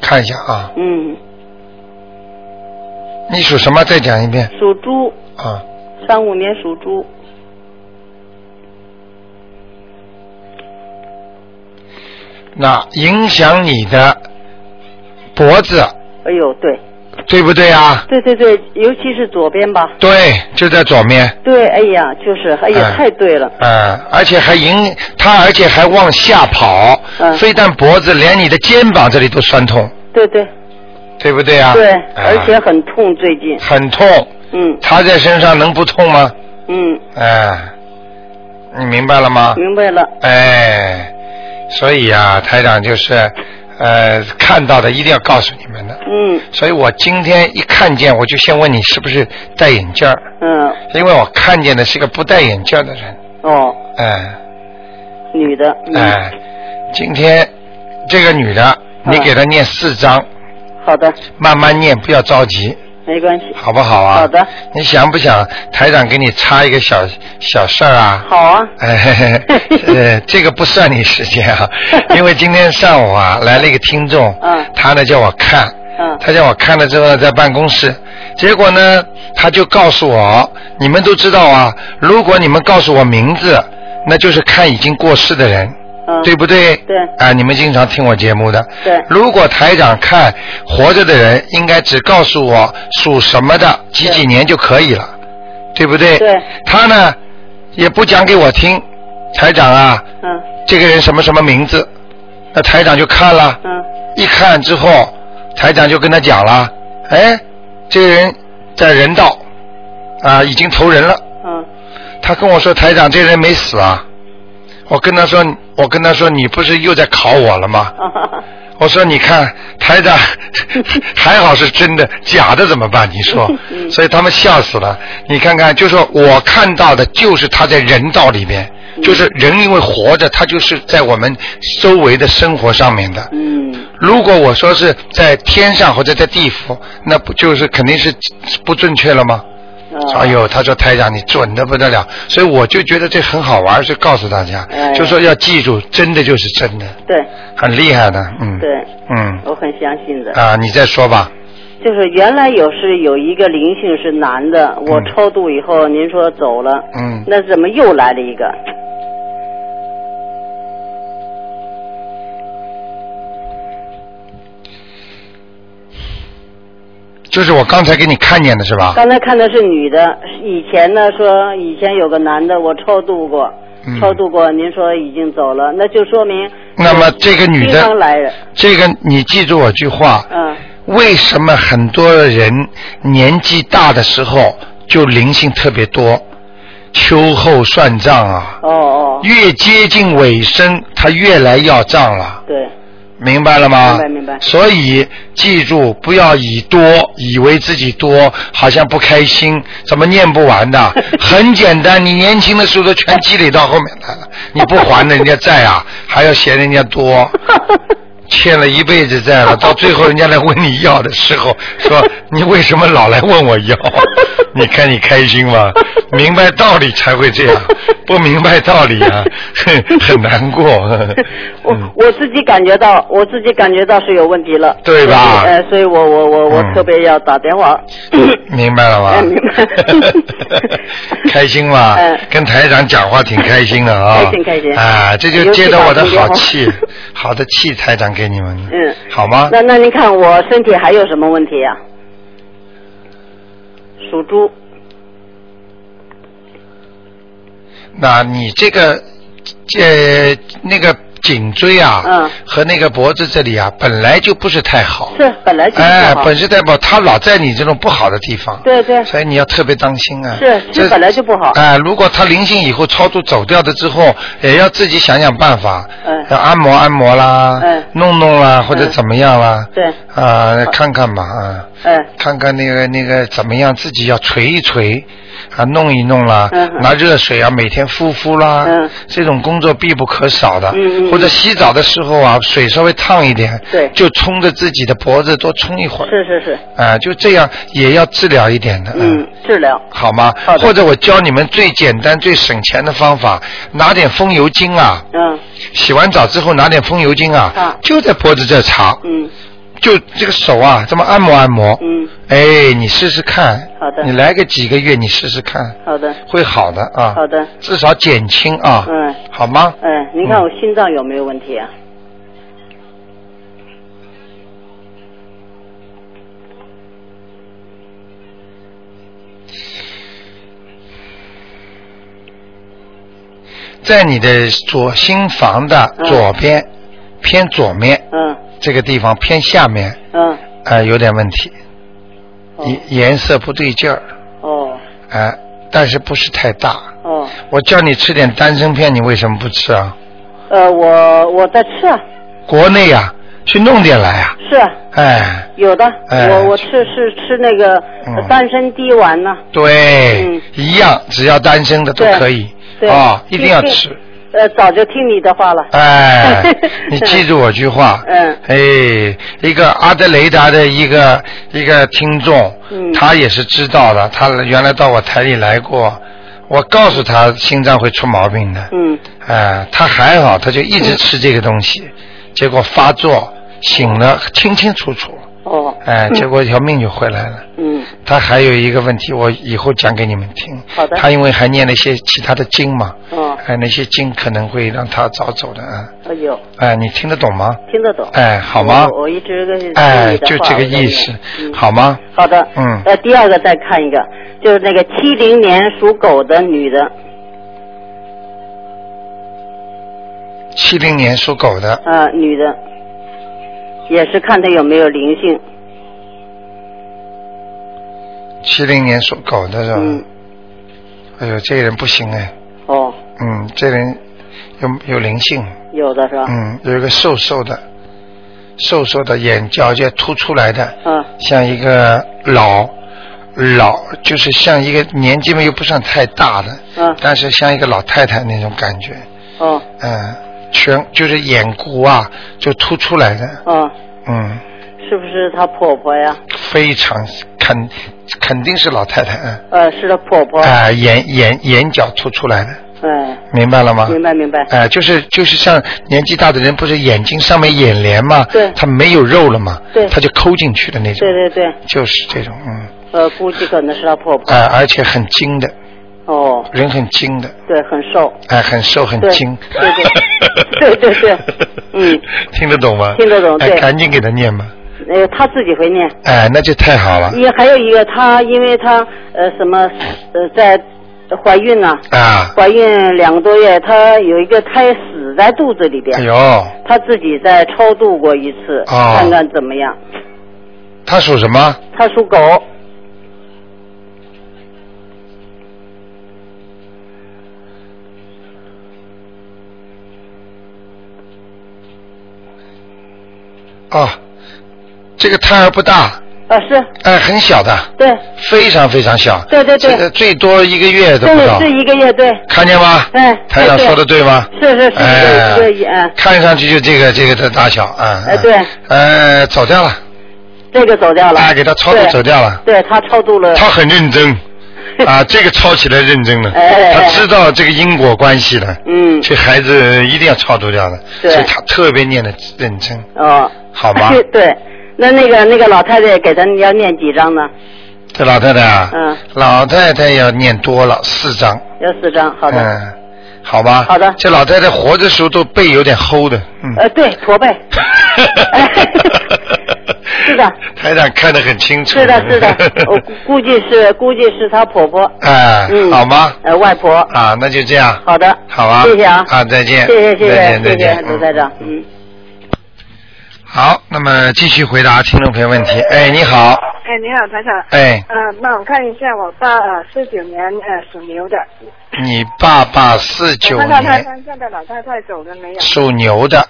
Speaker 1: 看一下啊，
Speaker 2: 嗯，
Speaker 1: 你属什么？再讲一遍
Speaker 2: 属猪，
Speaker 1: 啊，
Speaker 2: 三五年属猪。
Speaker 1: 那影响你的脖子，
Speaker 2: 哎呦，对，
Speaker 1: 对不对啊？
Speaker 2: 对对对，尤其是左边吧。
Speaker 1: 对，就在左面，
Speaker 2: 对，哎呀，就是，哎呀，
Speaker 1: 哎
Speaker 2: 太对了，
Speaker 1: 嗯，而且还影，他而且还往下跑，
Speaker 2: 嗯
Speaker 1: 非但脖子，连你的肩膀这里都酸痛，
Speaker 2: 对对
Speaker 1: 对不对啊？
Speaker 2: 对，
Speaker 1: 啊
Speaker 2: 而且很痛，最近，
Speaker 1: 很痛，
Speaker 2: 嗯
Speaker 1: 他在身上能不痛吗？
Speaker 2: 嗯，
Speaker 1: 哎，你明白了吗？
Speaker 2: 明白了，
Speaker 1: 哎，所以啊，台长就是，呃，看到的一定要告诉你们的。
Speaker 2: 嗯
Speaker 1: 所以我今天一看见，我就先问你是不是戴眼镜儿，
Speaker 2: 嗯，
Speaker 1: 因为我看见的是个不戴眼镜儿的人。
Speaker 2: 哦，
Speaker 1: 哎
Speaker 2: 女的，嗯，
Speaker 1: 哎，今天这个女的，
Speaker 2: 嗯
Speaker 1: 你给她念四章，
Speaker 2: 好的，
Speaker 1: 慢慢念，不要着急，
Speaker 2: 没关系，
Speaker 1: 好不好啊？
Speaker 2: 好的。
Speaker 1: 你想不想台长给你插一个小小事儿啊？
Speaker 2: 好啊，
Speaker 1: 哎， 嘿嘿嘿呃，这个不算你时间 啊，因为今天上午啊来了一个听众，
Speaker 2: 嗯
Speaker 1: 他呢叫我看，
Speaker 2: 嗯，
Speaker 1: 他叫我看了之后呢在办公室，结果呢他就告诉我，你们都知道啊，如果你们告诉我名字，那就是看已经过世的人，
Speaker 2: 嗯，
Speaker 1: 对不对？
Speaker 2: 对
Speaker 1: 啊，你们经常听我节目的。
Speaker 2: 对
Speaker 1: 如果台长看活着的人，应该只告诉我属什么的几几年就可以了，对不对？
Speaker 2: 对。
Speaker 1: 他呢，也不讲给我听，台长啊，
Speaker 2: 嗯
Speaker 1: 这个人什么什么名字，那台长就看了，
Speaker 2: 嗯，
Speaker 1: 一看之后，台长就跟他讲了，哎，这个人在人道，啊，已经投人了。
Speaker 2: 嗯，
Speaker 1: 他跟我说台长，这人没死啊。我跟他说，我跟他说，你不是又在考我了吗？
Speaker 2: 啊哈哈，
Speaker 1: 我说你看台长 还好是真的，假的怎么办？你说，所以他们笑死了。你看看，就说我看到的就是他在人道里面，就是人因为活着，他就是在我们周围的生活上面的。
Speaker 2: 嗯，
Speaker 1: 如果我说是在天上或者在地府，那不就是肯定是不正确了吗？哎
Speaker 2: 啊，
Speaker 1: 呦，他说台长你准的不得了，所以我就觉得这很好玩，是告诉大家，
Speaker 2: 哎
Speaker 1: 就说要记住，真的就是真的，
Speaker 2: 对
Speaker 1: 很厉害的，嗯，，
Speaker 2: 对，
Speaker 1: 嗯，
Speaker 2: 我很相信的，
Speaker 1: 啊，你再说吧，
Speaker 2: 就是原来有是有一个灵性是男的，我
Speaker 1: 嗯
Speaker 2: 超度以后，您说走了，
Speaker 1: 嗯，
Speaker 2: 那怎么又来了一个？
Speaker 1: 就是我刚才给你看见的是吧？
Speaker 2: 刚才看的是女的，以前呢说以前有个男的，我超度过，
Speaker 1: 嗯
Speaker 2: 超度过，您说已经走了，那就说明
Speaker 1: 那么这个女
Speaker 2: 西方
Speaker 1: 的，
Speaker 2: 来人，
Speaker 1: 这个你记住我句话，
Speaker 2: 嗯，
Speaker 1: 为什么很多人年纪大的时候就灵性特别多？秋后算账啊，
Speaker 2: 哦哦，
Speaker 1: 越接近尾声，他越来要账了。
Speaker 2: 对，
Speaker 1: 明白了吗？
Speaker 2: 明白明白
Speaker 1: 所以记住，不要以多以为自己多，好像不开心，怎么念不完的？ 很简单，你年轻的时候都全积累到后面来了，你不还人家债 啊，还要嫌人家多，欠了一辈子债了，到最后人家来问你要的时候，说你为什么老来问我 要？你看你开心吗？明白道理才会这样， 不明白道理啊， 哼很难过。
Speaker 2: 我
Speaker 1: 嗯
Speaker 2: 我自己感觉到，我自己感觉到是有问题了，
Speaker 1: 对吧
Speaker 2: 呃，所以我我我我
Speaker 1: 嗯
Speaker 2: 特别要打 电话，
Speaker 1: 明白了吧？
Speaker 2: 哎明白
Speaker 1: 开心吧？
Speaker 2: 嗯
Speaker 1: 跟台长讲话挺开心的啊、
Speaker 2: 开心开心哎
Speaker 1: 啊，这就接到我的好气，好的气，台长给你们。
Speaker 2: 嗯
Speaker 1: 好吗？
Speaker 2: 那那您看我身体还有什么问题呀、属猪，
Speaker 1: 那你这个，呃，那个颈椎啊，
Speaker 2: 嗯
Speaker 1: 和那个脖子这里啊，本来就不是太好。
Speaker 2: 是本来就是
Speaker 1: 哎
Speaker 2: 不，好
Speaker 1: 本身太不好，它老在你这种不好的地方。
Speaker 2: 对对
Speaker 1: 所以你要特别当心啊。
Speaker 2: 是是
Speaker 1: 这
Speaker 2: 本来就不好
Speaker 1: 哎，如果他灵性以后超度走掉的之后，也要自己想想办法。
Speaker 2: 嗯
Speaker 1: 要按摩按摩啦。
Speaker 2: 嗯
Speaker 1: 弄弄啦，或者
Speaker 2: 嗯
Speaker 1: 怎么样啦。
Speaker 2: 对
Speaker 1: 啊、看看吧啊。
Speaker 2: 嗯
Speaker 1: 看看那个那个怎么样，自己要捶一捶，啊，弄一弄啦，
Speaker 2: 嗯
Speaker 1: 拿热水啊，每天敷敷啦，
Speaker 2: 嗯
Speaker 1: 这种工作必不可少的。
Speaker 2: 嗯嗯嗯
Speaker 1: 或者洗澡的时候啊，水稍微烫一点，
Speaker 2: 对
Speaker 1: 就冲着自己的脖子多冲一会儿，
Speaker 2: 是是是，
Speaker 1: 啊，就这样也要治疗一点的，
Speaker 2: 嗯，治疗
Speaker 1: 好吗？
Speaker 2: 好的
Speaker 1: 或者我教你们最简单、最省钱的方法，拿点风油精啊，
Speaker 2: 嗯
Speaker 1: 洗完澡之后拿点风油精啊，
Speaker 2: 啊
Speaker 1: 就在脖子这擦，
Speaker 2: 嗯
Speaker 1: 就这个手啊，这么按摩按摩，
Speaker 2: 嗯，
Speaker 1: 哎，你试试看。
Speaker 2: 好的
Speaker 1: 你来个几个月，你试试看，
Speaker 2: 好的
Speaker 1: 会好的啊。
Speaker 2: 好。的，
Speaker 1: 至少减轻啊。
Speaker 2: 嗯。
Speaker 1: 好吗？
Speaker 2: 嗯，您看我心脏有没有问题啊？
Speaker 1: 在你的左心房的
Speaker 2: 嗯
Speaker 1: 左边，偏左面
Speaker 2: 嗯
Speaker 1: 这个地方偏下面，
Speaker 2: 嗯
Speaker 1: 啊、有点问题，
Speaker 2: 哦
Speaker 1: 颜、颜色不对劲儿，
Speaker 2: 哦
Speaker 1: 啊、但是不是太大。
Speaker 2: 哦，
Speaker 1: 我叫你吃点丹参片，你为什么不吃啊？
Speaker 2: 呃，我我在吃啊，
Speaker 1: 国内啊，去弄点来啊，
Speaker 2: 是啊
Speaker 1: 哎，
Speaker 2: 有的，
Speaker 1: 哎
Speaker 2: 我我吃是吃那个
Speaker 1: 嗯
Speaker 2: 丹参滴丸呢。
Speaker 1: 对，
Speaker 2: 嗯
Speaker 1: 一样，只要丹参的都
Speaker 2: 对
Speaker 1: 可以，
Speaker 2: 对
Speaker 1: 啊、一定要
Speaker 2: 听
Speaker 1: 吃。
Speaker 2: 呃，早就听你的话了。
Speaker 1: 哎，你记住我句话。
Speaker 2: 嗯
Speaker 1: 哎，一个阿德雷达的一个一个听众，
Speaker 2: 嗯
Speaker 1: 他也是知道的，他原来到我台里来过，我告诉他心脏会出毛病的。
Speaker 2: 嗯，
Speaker 1: 哎，他还好，他就一直吃这个东西，结果发作，醒了清清楚楚，
Speaker 2: 哦，
Speaker 1: 哎，结果一条命就回来了。
Speaker 2: 嗯，
Speaker 1: 他还有一个问题，我以后讲给你们听。
Speaker 2: 好的
Speaker 1: 他因为还念了一些其他的经嘛，
Speaker 2: 哦，
Speaker 1: 哎，那些经可能会让他早走的啊。
Speaker 2: 哎呦，
Speaker 1: 哎，你听得懂吗？
Speaker 2: 听得懂。
Speaker 1: 哎，好吗
Speaker 2: 我？我一直跟听
Speaker 1: 哎，
Speaker 2: 你的
Speaker 1: 就
Speaker 2: 话
Speaker 1: 这个
Speaker 2: 我
Speaker 1: 意思
Speaker 2: 都有，嗯
Speaker 1: 好吗？
Speaker 2: 好的，
Speaker 1: 嗯
Speaker 2: 呃，第二个再看一个，就是那个七零年属狗的女的，
Speaker 1: 七零年属狗的，
Speaker 2: 呃，女的，也是看她有没有灵性。
Speaker 1: 七零年属狗的是吧？
Speaker 2: 嗯，
Speaker 1: 哎呦，这个人不行哎，
Speaker 2: 哦，
Speaker 1: 嗯，这人有有灵性，
Speaker 2: 有的是吧？
Speaker 1: 嗯，有一个瘦瘦的，瘦瘦的眼角就凸出来的，
Speaker 2: 嗯，
Speaker 1: 像一个老老，就是像一个年纪嘛又不算太大的，
Speaker 2: 嗯
Speaker 1: 但是像一个老太太那种感觉，
Speaker 2: 哦，
Speaker 1: 嗯，颧就是眼骨啊就凸出来的，
Speaker 2: 哦，
Speaker 1: 嗯，
Speaker 2: 是不是她婆婆呀？
Speaker 1: 非常肯肯定是老太太，嗯，
Speaker 2: 呃，是她婆婆。
Speaker 1: 啊、眼眼眼角凸出来的，
Speaker 2: 哎，
Speaker 1: 明白了吗？
Speaker 2: 明白明白。
Speaker 1: 哎、就是就是像年纪大的人，不是眼睛上面眼帘嘛，
Speaker 2: 对
Speaker 1: 他没有肉了嘛，
Speaker 2: 对
Speaker 1: 他就抠进去的那种，
Speaker 2: 对对对，
Speaker 1: 就是这种，嗯，
Speaker 2: 呃，估计可能是她婆婆。
Speaker 1: 哎、而且很精的，
Speaker 2: 哦，
Speaker 1: 人很精的，
Speaker 2: 对，很瘦。
Speaker 1: 哎、很瘦很
Speaker 2: 对
Speaker 1: 精，
Speaker 2: 对对对对对嗯，
Speaker 1: 听得懂吗？
Speaker 2: 听得懂
Speaker 1: 哎
Speaker 2: 对
Speaker 1: 赶紧给他念吧，
Speaker 2: 呃，她自己会念。
Speaker 1: 哎、那就太好了，
Speaker 2: 也还有一个，她因为她呃什么呃在怀孕呐、
Speaker 1: 啊，
Speaker 2: 怀孕两个多月，她有一个胎死在肚子里边
Speaker 1: 哎，呦，
Speaker 2: 她自己在超度过一次，
Speaker 1: 哦
Speaker 2: 看看怎么样。
Speaker 1: 他属什么？
Speaker 2: 她属狗，
Speaker 1: 哦，这个胎儿不大，
Speaker 2: 啊是，
Speaker 1: 哎、很小的，
Speaker 2: 对，
Speaker 1: 非常非常小。
Speaker 2: 对对对
Speaker 1: 这个最多一个月都不
Speaker 2: 对
Speaker 1: 到。
Speaker 2: 是一个月，对，
Speaker 1: 看见吗？
Speaker 2: 哎
Speaker 1: 台长
Speaker 2: 对对
Speaker 1: 说的对吗？
Speaker 2: 是是是
Speaker 1: 哎，
Speaker 2: 对对嗯
Speaker 1: 看上去就这个这个的大小啊。嗯
Speaker 2: 哎对。
Speaker 1: 呃，走掉了，
Speaker 2: 这个走掉了，
Speaker 1: 哎，给他操作
Speaker 2: 对
Speaker 1: 走掉了。
Speaker 2: 对她超度了，
Speaker 1: 他很认 真啊，这个操起来认真了，
Speaker 2: 哎哎哎
Speaker 1: 他知道这个因果关系的，
Speaker 2: 嗯
Speaker 1: 这孩子一定要超度掉的，
Speaker 2: 对
Speaker 1: 所以他特别念的认真，
Speaker 2: 哦，
Speaker 1: 好 吧
Speaker 2: 对，那那个那个老太太给咱要念几张呢？
Speaker 1: 这老太太啊，
Speaker 2: 嗯
Speaker 1: 老太太要念多了四张，
Speaker 2: 要四张，好的。
Speaker 1: 嗯，好吧，
Speaker 2: 好的
Speaker 1: 这老太太活的
Speaker 2: 呃
Speaker 1: 时候都背有点齁的，嗯，。，
Speaker 2: 呃，对，驼背哎 是的，
Speaker 1: 台长看得很清楚。
Speaker 2: 是 的，是的，我估估计是估计是她婆婆，
Speaker 1: 哎，
Speaker 2: 嗯，
Speaker 1: 好吗？
Speaker 2: 呃，外婆，
Speaker 1: 啊，那就这样，
Speaker 2: 好的，
Speaker 1: 好啊。
Speaker 2: 谢谢啊，
Speaker 1: 啊，再见，
Speaker 2: 谢谢谢
Speaker 1: 再见，
Speaker 2: 谢
Speaker 1: 再
Speaker 2: 谢
Speaker 1: 见
Speaker 2: 谢，卢台长，嗯。
Speaker 1: 好，那么继续回答听众朋友问题。哎，你好，
Speaker 5: 哎，你好，台长。
Speaker 1: 哎，
Speaker 5: 呃，帮我看一下我爸，呃，四九年，呃，属牛的。
Speaker 1: 你爸爸四九
Speaker 5: 我看看他
Speaker 1: 年
Speaker 5: 身上的老太太走了没有？
Speaker 1: 属牛的，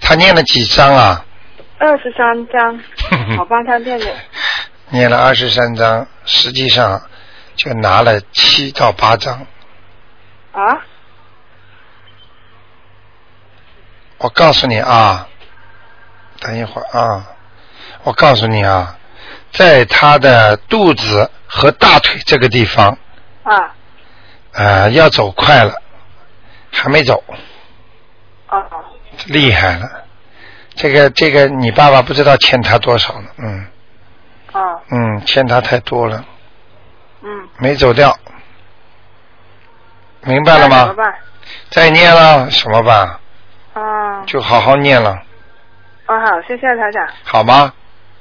Speaker 1: 他念了几章啊？
Speaker 5: 二十三 张，我帮他念的。
Speaker 1: 念了二十三章，实际上就拿了七到八章。
Speaker 5: 啊？
Speaker 1: 我告诉你啊，等一会儿啊，我告诉你啊，在他的肚子和大腿这个地方
Speaker 5: 啊？
Speaker 1: 啊、要走快了，还没走，
Speaker 5: 哦。
Speaker 1: 厉害了。这个这个，你爸爸不知道欠他多少呢？嗯
Speaker 5: 哦。
Speaker 1: 嗯，欠他太多了，
Speaker 5: 嗯。
Speaker 1: 没走掉，明白了
Speaker 5: 那怎么
Speaker 1: 吗？
Speaker 5: 办？
Speaker 1: 再念了什么吧？
Speaker 5: 哦。
Speaker 1: 就好好念了，
Speaker 5: 哦，好，谢谢台长。
Speaker 1: 好吗？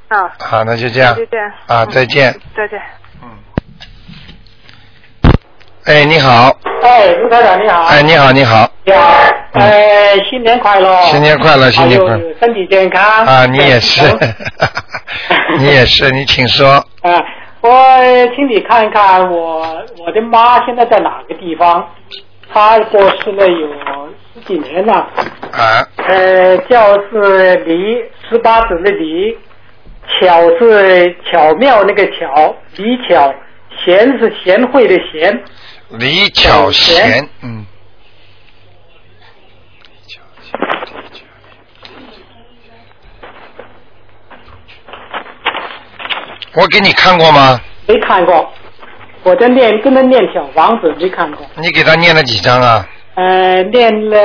Speaker 5: 啊。
Speaker 1: 好，那就这样
Speaker 5: 就这样。
Speaker 1: 啊，再见。
Speaker 5: 嗯再见。
Speaker 1: 哎，你好，
Speaker 6: 哎，卢台长你好，
Speaker 1: 哎，你好，你好，
Speaker 6: 你好，哎，新年快乐，
Speaker 1: 新年快乐，新年快
Speaker 6: 还
Speaker 1: 乐
Speaker 6: 有身体健康
Speaker 1: 啊！你也 是
Speaker 6: 嗯，
Speaker 1: 你也是，你请说。
Speaker 6: 啊，我请你看看我我的妈现在在哪个地方？她过世了有十几年了，
Speaker 1: 啊，
Speaker 6: 呃，叫是黎十八子的黎，巧是巧妙那个巧，李巧，贤是贤惠的贤，
Speaker 1: 李巧
Speaker 6: 贤
Speaker 1: 贤，嗯，我给你看过吗？
Speaker 6: 没看过。我在念，跟着念小王子，没看过。
Speaker 1: 你给他念了几张啊？
Speaker 6: 呃，念了，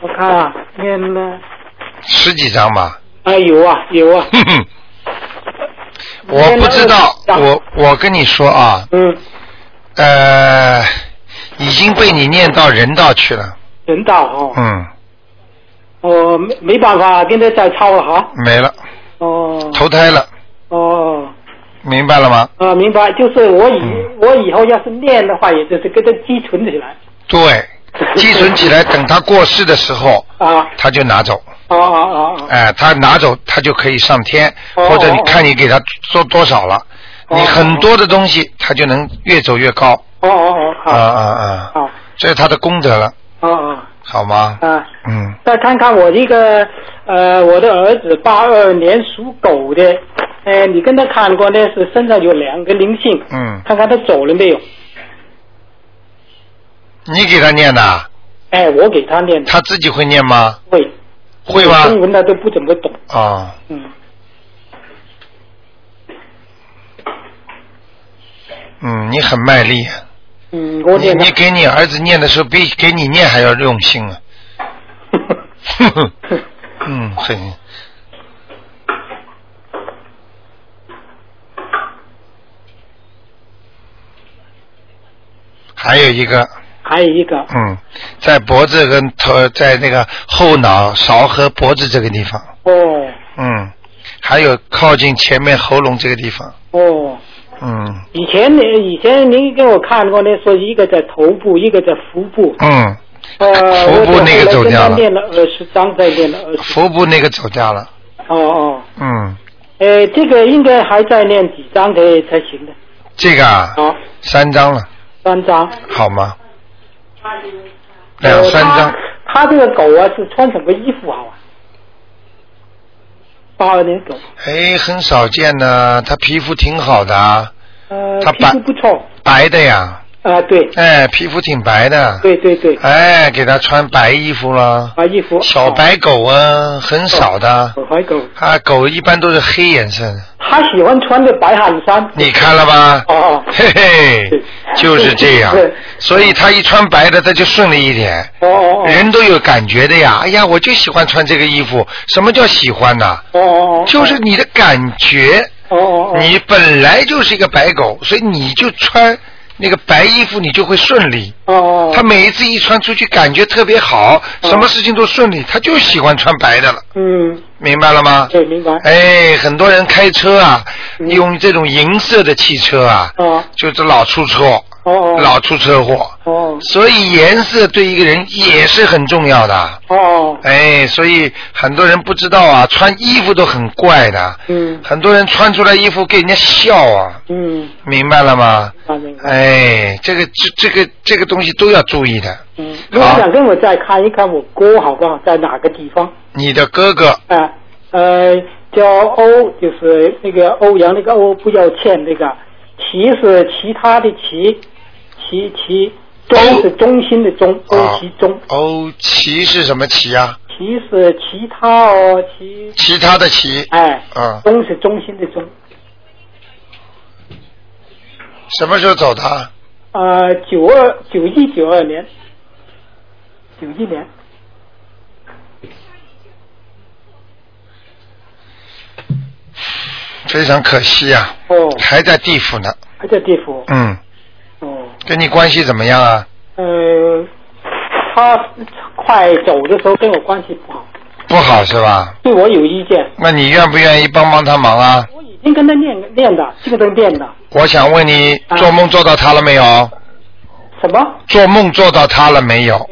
Speaker 6: 我看啊，念了，
Speaker 1: 十几张吧。
Speaker 6: 啊、有啊有啊，
Speaker 1: 哼哼，我不知道，我我跟你说啊，
Speaker 6: 嗯，
Speaker 1: 呃，已经被你念到人道去了。
Speaker 6: 人道哦，
Speaker 1: 嗯，
Speaker 6: 我没没办法，跟他再抄了哈，
Speaker 1: 没了，
Speaker 6: 哦
Speaker 1: 投胎了，
Speaker 6: 哦，
Speaker 1: 明白了吗？
Speaker 6: 啊，明白，就是我以、
Speaker 1: 嗯
Speaker 6: 我以后要是念的话，也就是跟他积存起来
Speaker 1: 对，积存起来，等他过世的时候，
Speaker 6: 啊，
Speaker 1: 他就拿走。
Speaker 6: 哦哦哦
Speaker 1: 哎、他拿走，他就可以上天，
Speaker 6: 哦
Speaker 1: 或者你看你给他做多少了，
Speaker 6: 哦
Speaker 1: 你很多的东西，他就能越走越高。
Speaker 6: 哦哦哦，
Speaker 1: 啊
Speaker 6: 好，
Speaker 1: 啊啊！
Speaker 6: 好，
Speaker 1: 这是他的功德了，
Speaker 6: 哦哦
Speaker 1: 好吗？
Speaker 6: 啊，
Speaker 1: 嗯，
Speaker 6: 再看看我这个呃，我的儿子八二年属狗的，呃，你跟他看过呢，是身上有两个灵性，
Speaker 1: 嗯
Speaker 6: 看看他走了没有？
Speaker 1: 你给他念的，
Speaker 6: 哎，我给他念的，
Speaker 1: 他自己会念吗？
Speaker 6: 会
Speaker 1: 会吗？
Speaker 6: 中文他都不怎么懂，
Speaker 1: 啊、
Speaker 6: 嗯，
Speaker 1: 嗯，你很卖力啊。
Speaker 6: 嗯，我
Speaker 1: 你
Speaker 6: 念的
Speaker 1: 你，给你儿子念的时候，比给你念还要用心啊。 嗯，很。还有一个，
Speaker 6: 还有一个，
Speaker 1: 嗯，在脖子跟头，在那个后脑勺和脖子这个地方，
Speaker 6: 哦
Speaker 1: 嗯，还有靠近前面喉咙这个地方，
Speaker 6: 哦，
Speaker 1: 嗯
Speaker 6: 以前呢，以前您给我看过呢，说一个在头部，一个在腹 部，
Speaker 1: 嗯，
Speaker 6: 呃，
Speaker 1: 腹部那个走掉了
Speaker 6: 我就后来跟他念了二十章，再念了二十，
Speaker 1: 腹部那个走掉了，
Speaker 6: 哦哦，
Speaker 1: 嗯，
Speaker 6: 呃，这个应该还在念几章才才行的，
Speaker 1: 这个啊，
Speaker 6: 好、
Speaker 1: 三张了，
Speaker 6: 三章，
Speaker 1: 好吗？两三张
Speaker 6: 呃。他他这个狗啊，是穿什么衣服好啊？八二年狗，
Speaker 1: 哎，很少见呢，他皮肤挺好的啊，
Speaker 6: 呃，
Speaker 1: 他
Speaker 6: 皮
Speaker 1: 白
Speaker 6: 肤不错，
Speaker 1: 白的呀，
Speaker 6: 啊、啊，对
Speaker 1: 哎，皮肤挺白的，
Speaker 6: 对对对，
Speaker 1: 哎，给他穿白衣服了，
Speaker 6: 把衣服哦
Speaker 1: 小白狗啊，很少的，
Speaker 6: 小白狗，
Speaker 1: 啊，狗一般都是黑颜色的，
Speaker 6: 他喜欢穿的白汗衫。
Speaker 1: 你看了吧？
Speaker 6: 哦，
Speaker 1: 嘿嘿
Speaker 6: 对，
Speaker 1: 就是这样
Speaker 6: 对，
Speaker 1: 所以他一穿白的，他就顺利一点。
Speaker 6: 哦哦哦
Speaker 1: 人都有感觉的呀，哎呀，我就喜欢穿这个衣服。什么叫喜欢呢？
Speaker 6: 哦哦哦，
Speaker 1: 就是你的感觉，
Speaker 6: 哦哦哦，
Speaker 1: 你本来就是一个白狗，所以你就穿那个白衣服，你就会顺利。
Speaker 6: 哦哦，
Speaker 1: 他每一次一穿出去，感觉特别好，什么事情都顺利，他就喜欢穿白的了，
Speaker 6: 嗯，
Speaker 1: 明白了吗？
Speaker 6: 对，明白。
Speaker 1: 哎，很多人开车啊，
Speaker 6: 嗯
Speaker 1: 用这种银色的汽车啊，
Speaker 6: 哦
Speaker 1: 就是老出错，
Speaker 6: 哦哦，
Speaker 1: 老出车祸。
Speaker 6: 哦
Speaker 1: 所以颜色对一个人也是很重要的。
Speaker 6: 哦哦，
Speaker 1: 哎，所以很多人不知道啊，穿衣服都很怪的。
Speaker 6: 嗯
Speaker 1: 很多人穿出来衣服给人家笑啊，
Speaker 6: 嗯，
Speaker 1: 明白了吗？
Speaker 6: 啊明白。
Speaker 1: 哎，这个这这个这个东西都要注意的。
Speaker 6: 嗯，我想跟我再看一看我哥好不好，在哪个地方？
Speaker 1: 你的哥哥
Speaker 6: 啊，呃，叫欧，就是那个欧阳那个欧，不叫欠那个，齐是其他的齐，齐齐，中
Speaker 1: 欧
Speaker 6: 是中心的中，
Speaker 1: 啊
Speaker 6: 欧其中，
Speaker 1: 欧齐是什么齐啊？
Speaker 6: 齐是其他哦，齐，
Speaker 1: 其他的齐，
Speaker 6: 哎，
Speaker 1: 嗯，
Speaker 6: 中是中心的中，
Speaker 1: 什么时候走的啊？
Speaker 6: 呃，九二九一九二年，九一年，
Speaker 1: 非常可惜啊，
Speaker 6: 哦，
Speaker 1: 还在地府呢。
Speaker 6: 还在地府，
Speaker 1: 嗯，
Speaker 6: 哦，
Speaker 1: 跟你关系怎么样啊？
Speaker 6: 呃，他快走的时候跟我关系不好，
Speaker 1: 不好是吧？
Speaker 6: 对我有意见，
Speaker 1: 那你愿不愿意帮帮他忙啊？
Speaker 6: 我已经跟他练练的，竞争练的，
Speaker 1: 我想问你，
Speaker 6: 啊
Speaker 1: 做梦做到他了没有？
Speaker 6: 什么？
Speaker 1: 做梦做到他了没有？
Speaker 6: 呃，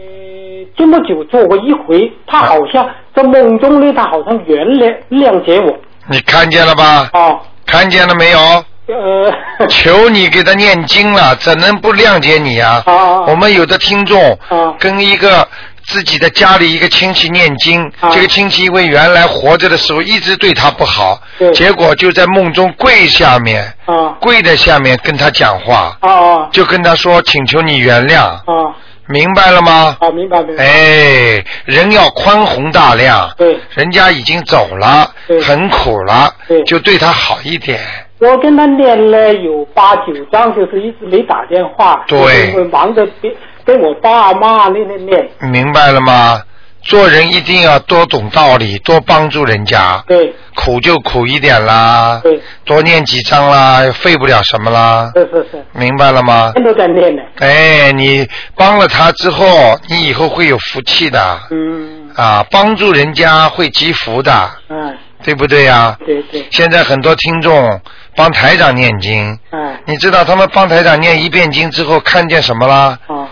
Speaker 6: 这么久做过一回，他好像在梦中呢，他好像原谅谅解我
Speaker 1: 你看见了吧？
Speaker 6: 啊，
Speaker 1: 看见了没有？
Speaker 6: 呃，
Speaker 1: 求你给他念经了，怎能不谅解你呀、
Speaker 6: 啊啊
Speaker 1: 我们有的听众
Speaker 6: 啊
Speaker 1: 跟一个自己的家里一个亲戚念经，
Speaker 6: 啊
Speaker 1: 这个亲戚因为原来活着的时候一直对他不好，
Speaker 6: 对
Speaker 1: 结果就在梦中跪下面，
Speaker 6: 啊
Speaker 1: 跪在下面跟他讲话，
Speaker 6: 啊啊
Speaker 1: 就跟他说请求你原谅，
Speaker 6: 啊
Speaker 1: 明白了吗？
Speaker 6: 啊，明白明白，
Speaker 1: 哎，人要宽宏大量，
Speaker 6: 对
Speaker 1: 人家已经走了
Speaker 6: 对，
Speaker 1: 很苦了
Speaker 6: 对，
Speaker 1: 就对他好一点。
Speaker 6: 我跟他练了有八九章，就是一直没打电话，
Speaker 1: 对
Speaker 6: 就是忙着跟跟我爸妈那那练，
Speaker 1: 明白了吗？做人一定要多懂道理，多帮助人家，
Speaker 6: 对，
Speaker 1: 苦就苦一点啦，
Speaker 6: 对，
Speaker 1: 多念几章啦，费不了什么啦，
Speaker 6: 是是是，
Speaker 1: 明白了吗？
Speaker 6: 天都在练呢，
Speaker 1: 哎，你帮了他之后，你以后会有福气的，
Speaker 6: 嗯，
Speaker 1: 啊，帮助人家会积福的，
Speaker 6: 哎，
Speaker 1: 对不对呀、
Speaker 6: 对对，
Speaker 1: 现在很多听众帮台长念经，
Speaker 6: 哎，
Speaker 1: 你知道他们帮台长念一遍经之后看见什么啦？
Speaker 6: 啊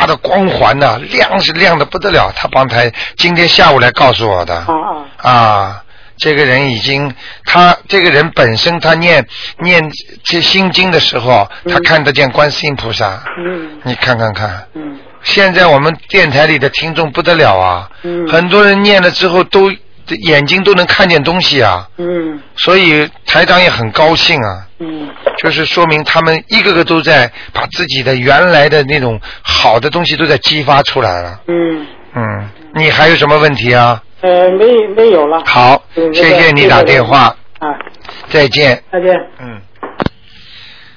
Speaker 1: 大的光环呐、亮是亮的不得了。他帮台今天下午来告诉我的
Speaker 6: 啊啊，
Speaker 1: 啊，这个人已经他这个人本身他念念这心经的时候，他看得见观世音菩萨。
Speaker 6: 嗯
Speaker 1: 你看看看，
Speaker 6: 嗯
Speaker 1: 现在我们电台里的听众不得了啊，
Speaker 6: 嗯
Speaker 1: 很多人念了之后都眼睛都能看见东西啊。
Speaker 6: 嗯
Speaker 1: 所以台长也很高兴啊，
Speaker 6: 嗯，
Speaker 1: 就是说明他们一个个都在把自己的原来的那种好的东西都在激发出来了。
Speaker 6: 嗯，
Speaker 1: 嗯，你还有什么问题啊？
Speaker 6: 呃，没没有了，
Speaker 1: 好，
Speaker 6: 嗯
Speaker 1: 谢谢你打电话，
Speaker 6: 啊，
Speaker 1: 再见。
Speaker 6: 再见。
Speaker 1: 嗯，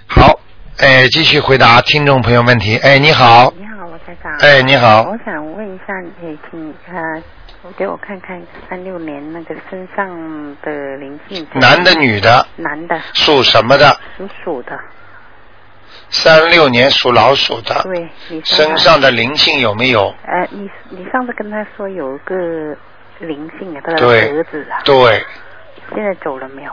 Speaker 1: 好，哎，继续回答听众朋友问题。哎，你好，
Speaker 7: 你好，罗台长。
Speaker 1: 哎，你好，
Speaker 7: 我想问一下，你请呃，给我看看三六年那个身上的灵性。
Speaker 1: 男的？女啊的，
Speaker 7: 男的，
Speaker 1: 属什么的？
Speaker 7: 属鼠的。
Speaker 1: 三六年属老鼠的，
Speaker 7: 对，你
Speaker 1: 身上的灵性有没有？
Speaker 7: 呃，你你上次跟他说有个灵性啊，他的
Speaker 1: 对
Speaker 7: 儿子啊，
Speaker 1: 对，
Speaker 7: 现在走了没有？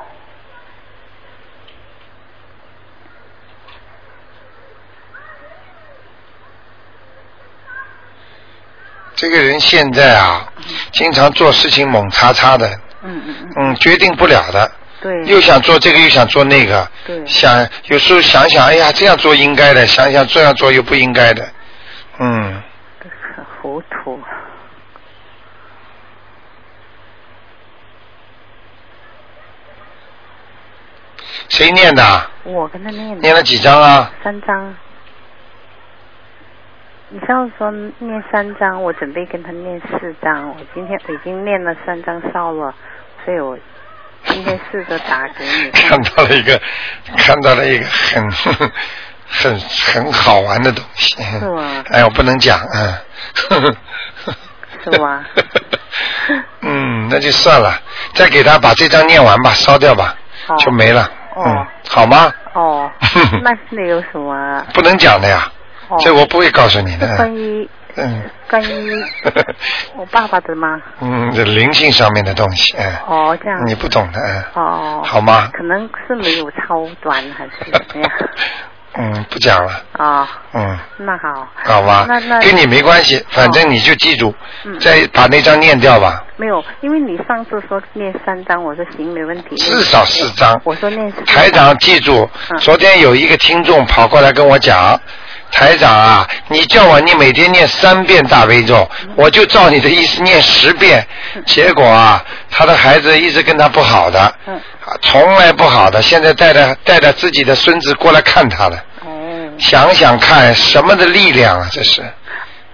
Speaker 1: 这个人现在啊，经常做事情猛叉叉的，
Speaker 7: 嗯嗯嗯，
Speaker 1: 嗯，决定不了的，
Speaker 7: 对。
Speaker 1: 又想做这个又想做那个，
Speaker 7: 对
Speaker 1: 想有时候想想，哎呀，这样做应该的，想想这样做又不应该的，嗯，
Speaker 7: 很糊涂。
Speaker 1: 谁念的啊？
Speaker 7: 我跟他念嗯
Speaker 1: 念了几张啊？
Speaker 7: 三张，你上次说念三章，我准备跟他念四章，我今天已经念了三章烧了，所以我今天试着打给你。
Speaker 1: 看到了一个，看到了一个很 很很好玩的东西。
Speaker 7: 是吗
Speaker 1: 哎，我不能讲啊。嗯
Speaker 7: 是吗？
Speaker 1: 嗯，那就算了，再给他把这张念完吧，烧掉吧，
Speaker 7: 哦
Speaker 1: 就没了。
Speaker 7: 哦
Speaker 1: 嗯，好吗？
Speaker 7: 哦，那是有什么？
Speaker 1: 不能讲的呀，
Speaker 7: 哦，
Speaker 1: 这我不呃会告诉你
Speaker 7: 是关
Speaker 1: 的。
Speaker 7: 于
Speaker 1: 嗯
Speaker 7: 关于我爸爸的吗？
Speaker 1: 嗯，这灵性上面的东西，哎，
Speaker 7: 哦，这样
Speaker 1: 你不懂的，哎
Speaker 7: 哦，
Speaker 1: 好吗？
Speaker 7: 可能是没有超短还是怎么样？
Speaker 1: 嗯，不讲了，
Speaker 7: 哦，
Speaker 1: 嗯，
Speaker 7: 那好，
Speaker 1: 好吧
Speaker 7: 那那，
Speaker 1: 跟你没关系，反正你就记住，
Speaker 7: 嗯
Speaker 1: 再把那张念掉吧，
Speaker 7: 没有，因为你上次说念三章，我说行，没问题。
Speaker 1: 至少四张。
Speaker 7: 嗯我说念四章
Speaker 1: 台长，记住，
Speaker 7: 嗯
Speaker 1: 昨天有一个听众跑过来跟我讲，台长啊，你叫我你每天念三遍大悲咒，
Speaker 7: 嗯
Speaker 1: 我就照你的意思念十遍，结果啊，他的孩子一直跟他不好的，
Speaker 7: 嗯
Speaker 1: 啊从来不好的，现在带着带着自己的孙子过来看他了，
Speaker 7: 哦，
Speaker 1: 想想看什么的力量啊，这是。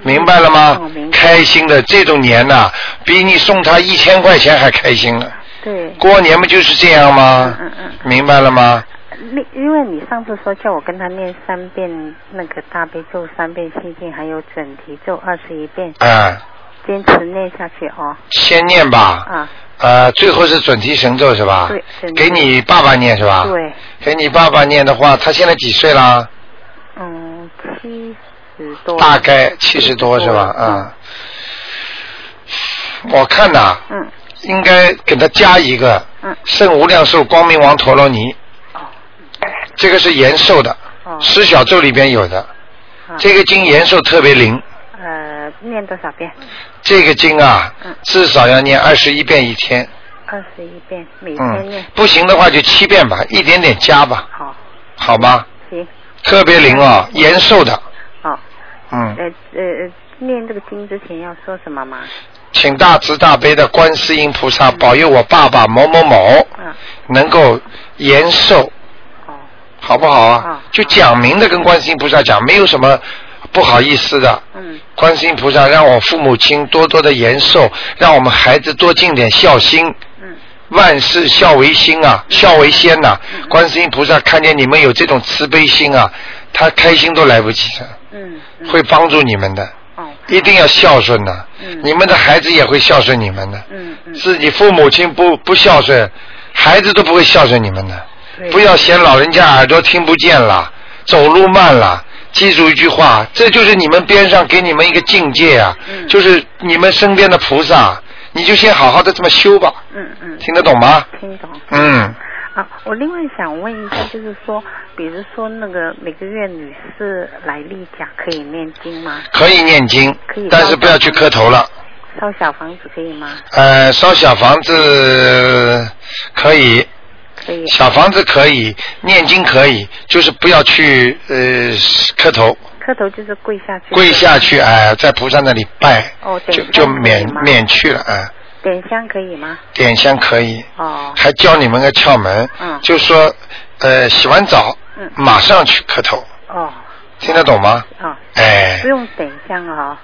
Speaker 1: 明白了吗
Speaker 7: 哦？明白
Speaker 1: 开心的这种年呐、比你送他一千块钱还开心呢。
Speaker 7: 对，
Speaker 1: 过年不就是这样吗？
Speaker 7: 嗯嗯
Speaker 1: 明白了吗？
Speaker 7: 那因为你上次说叫我跟他念三遍那个大悲咒，三遍心经，还有准提咒二十一遍，
Speaker 1: 哎、
Speaker 7: 坚持念下去哦。
Speaker 1: 先念吧。
Speaker 7: 啊，
Speaker 1: 呃，最后是准提神咒是吧？
Speaker 7: 对准提
Speaker 1: 给你爸爸念是吧？。
Speaker 7: 对，
Speaker 1: 给你爸爸念的话，他现在几岁啦？
Speaker 7: 嗯，七十多。
Speaker 1: 大概七十多是吧？啊、我看呐、
Speaker 7: 嗯
Speaker 1: 应该给他加一个
Speaker 7: 嗯
Speaker 1: 圣无量寿光明王陀罗尼。这个是延寿的，
Speaker 7: 哦，
Speaker 1: 十小咒里边有的。
Speaker 7: 啊
Speaker 1: 这个经延寿特别灵，
Speaker 7: 呃，念多少遍？
Speaker 1: 这个经啊
Speaker 7: 嗯，
Speaker 1: 至少要念二十一遍一天。
Speaker 7: 二十一遍，每天
Speaker 1: 嗯
Speaker 7: 念。，
Speaker 1: 不行的话就七遍吧，一点点加吧，
Speaker 7: 好，
Speaker 1: 好吗？
Speaker 7: 行，
Speaker 1: 特别灵哦，
Speaker 7: 嗯
Speaker 1: 延寿的，
Speaker 7: 好，
Speaker 1: 嗯，
Speaker 7: 呃呃呃，念这个经之前要说什么吗？
Speaker 1: 请大慈大悲的观世音菩萨
Speaker 7: 嗯
Speaker 1: 保佑我爸爸某某某
Speaker 7: 啊，
Speaker 1: 能够延寿，
Speaker 7: 哦，
Speaker 1: 好不好啊
Speaker 7: 啊？
Speaker 1: 就讲明的跟观世音菩萨讲，没有什么不好意思的。
Speaker 7: 嗯，
Speaker 1: 观世音菩萨让我父母亲多多的延寿，让我们孩子多尽点孝心。
Speaker 7: 嗯。
Speaker 1: 万事孝为心啊，孝为先呐、
Speaker 7: 嗯
Speaker 1: 观世音菩萨看见你们有这种慈悲心啊，他开心都来不及了，
Speaker 7: 嗯，嗯
Speaker 1: 会帮助你们的。
Speaker 7: 哦，
Speaker 1: 一定要孝顺呐、
Speaker 7: 嗯
Speaker 1: 你们的孩子也会孝顺你们的。
Speaker 7: 嗯嗯，
Speaker 1: 自己父母亲不不孝顺，孩子都不会孝顺你们的。
Speaker 7: 对
Speaker 1: 不要嫌老人家耳朵听不见了，走路慢了。记住一句话，这就是你们边上给你们一个境界啊，
Speaker 7: 嗯
Speaker 1: 就是你们身边的菩萨，你就先好好的这么修吧，
Speaker 7: 嗯嗯，
Speaker 1: 听得懂吗？
Speaker 7: 听懂。
Speaker 1: 嗯，
Speaker 7: 啊，我另外想问一下， 就是说，比如说那个每个月女士来例假可以念经吗？
Speaker 1: 可以念经
Speaker 7: 可以，
Speaker 1: 但是不要去磕头了。
Speaker 7: 烧小房子可以吗？
Speaker 1: 呃，烧小房子可以，
Speaker 7: 可以。
Speaker 1: 小房子可以，念经可以，就是不要去呃磕头，
Speaker 7: 磕头就是跪下去。
Speaker 1: 跪下。去哎、在菩萨那里拜，
Speaker 7: 哦
Speaker 1: 就
Speaker 7: 点香
Speaker 1: 就
Speaker 7: 可以
Speaker 1: 免
Speaker 7: 吗
Speaker 1: 免去了哎、
Speaker 7: 点香可以吗？
Speaker 1: 点香可以，
Speaker 7: 哦，
Speaker 1: 还教你们个窍门，
Speaker 7: 嗯
Speaker 1: 就说呃洗完澡、
Speaker 7: 嗯
Speaker 1: 马上去磕头，
Speaker 7: 哦，
Speaker 1: 听得懂吗？
Speaker 7: 哦，
Speaker 1: 哎
Speaker 7: 不，用点香啊、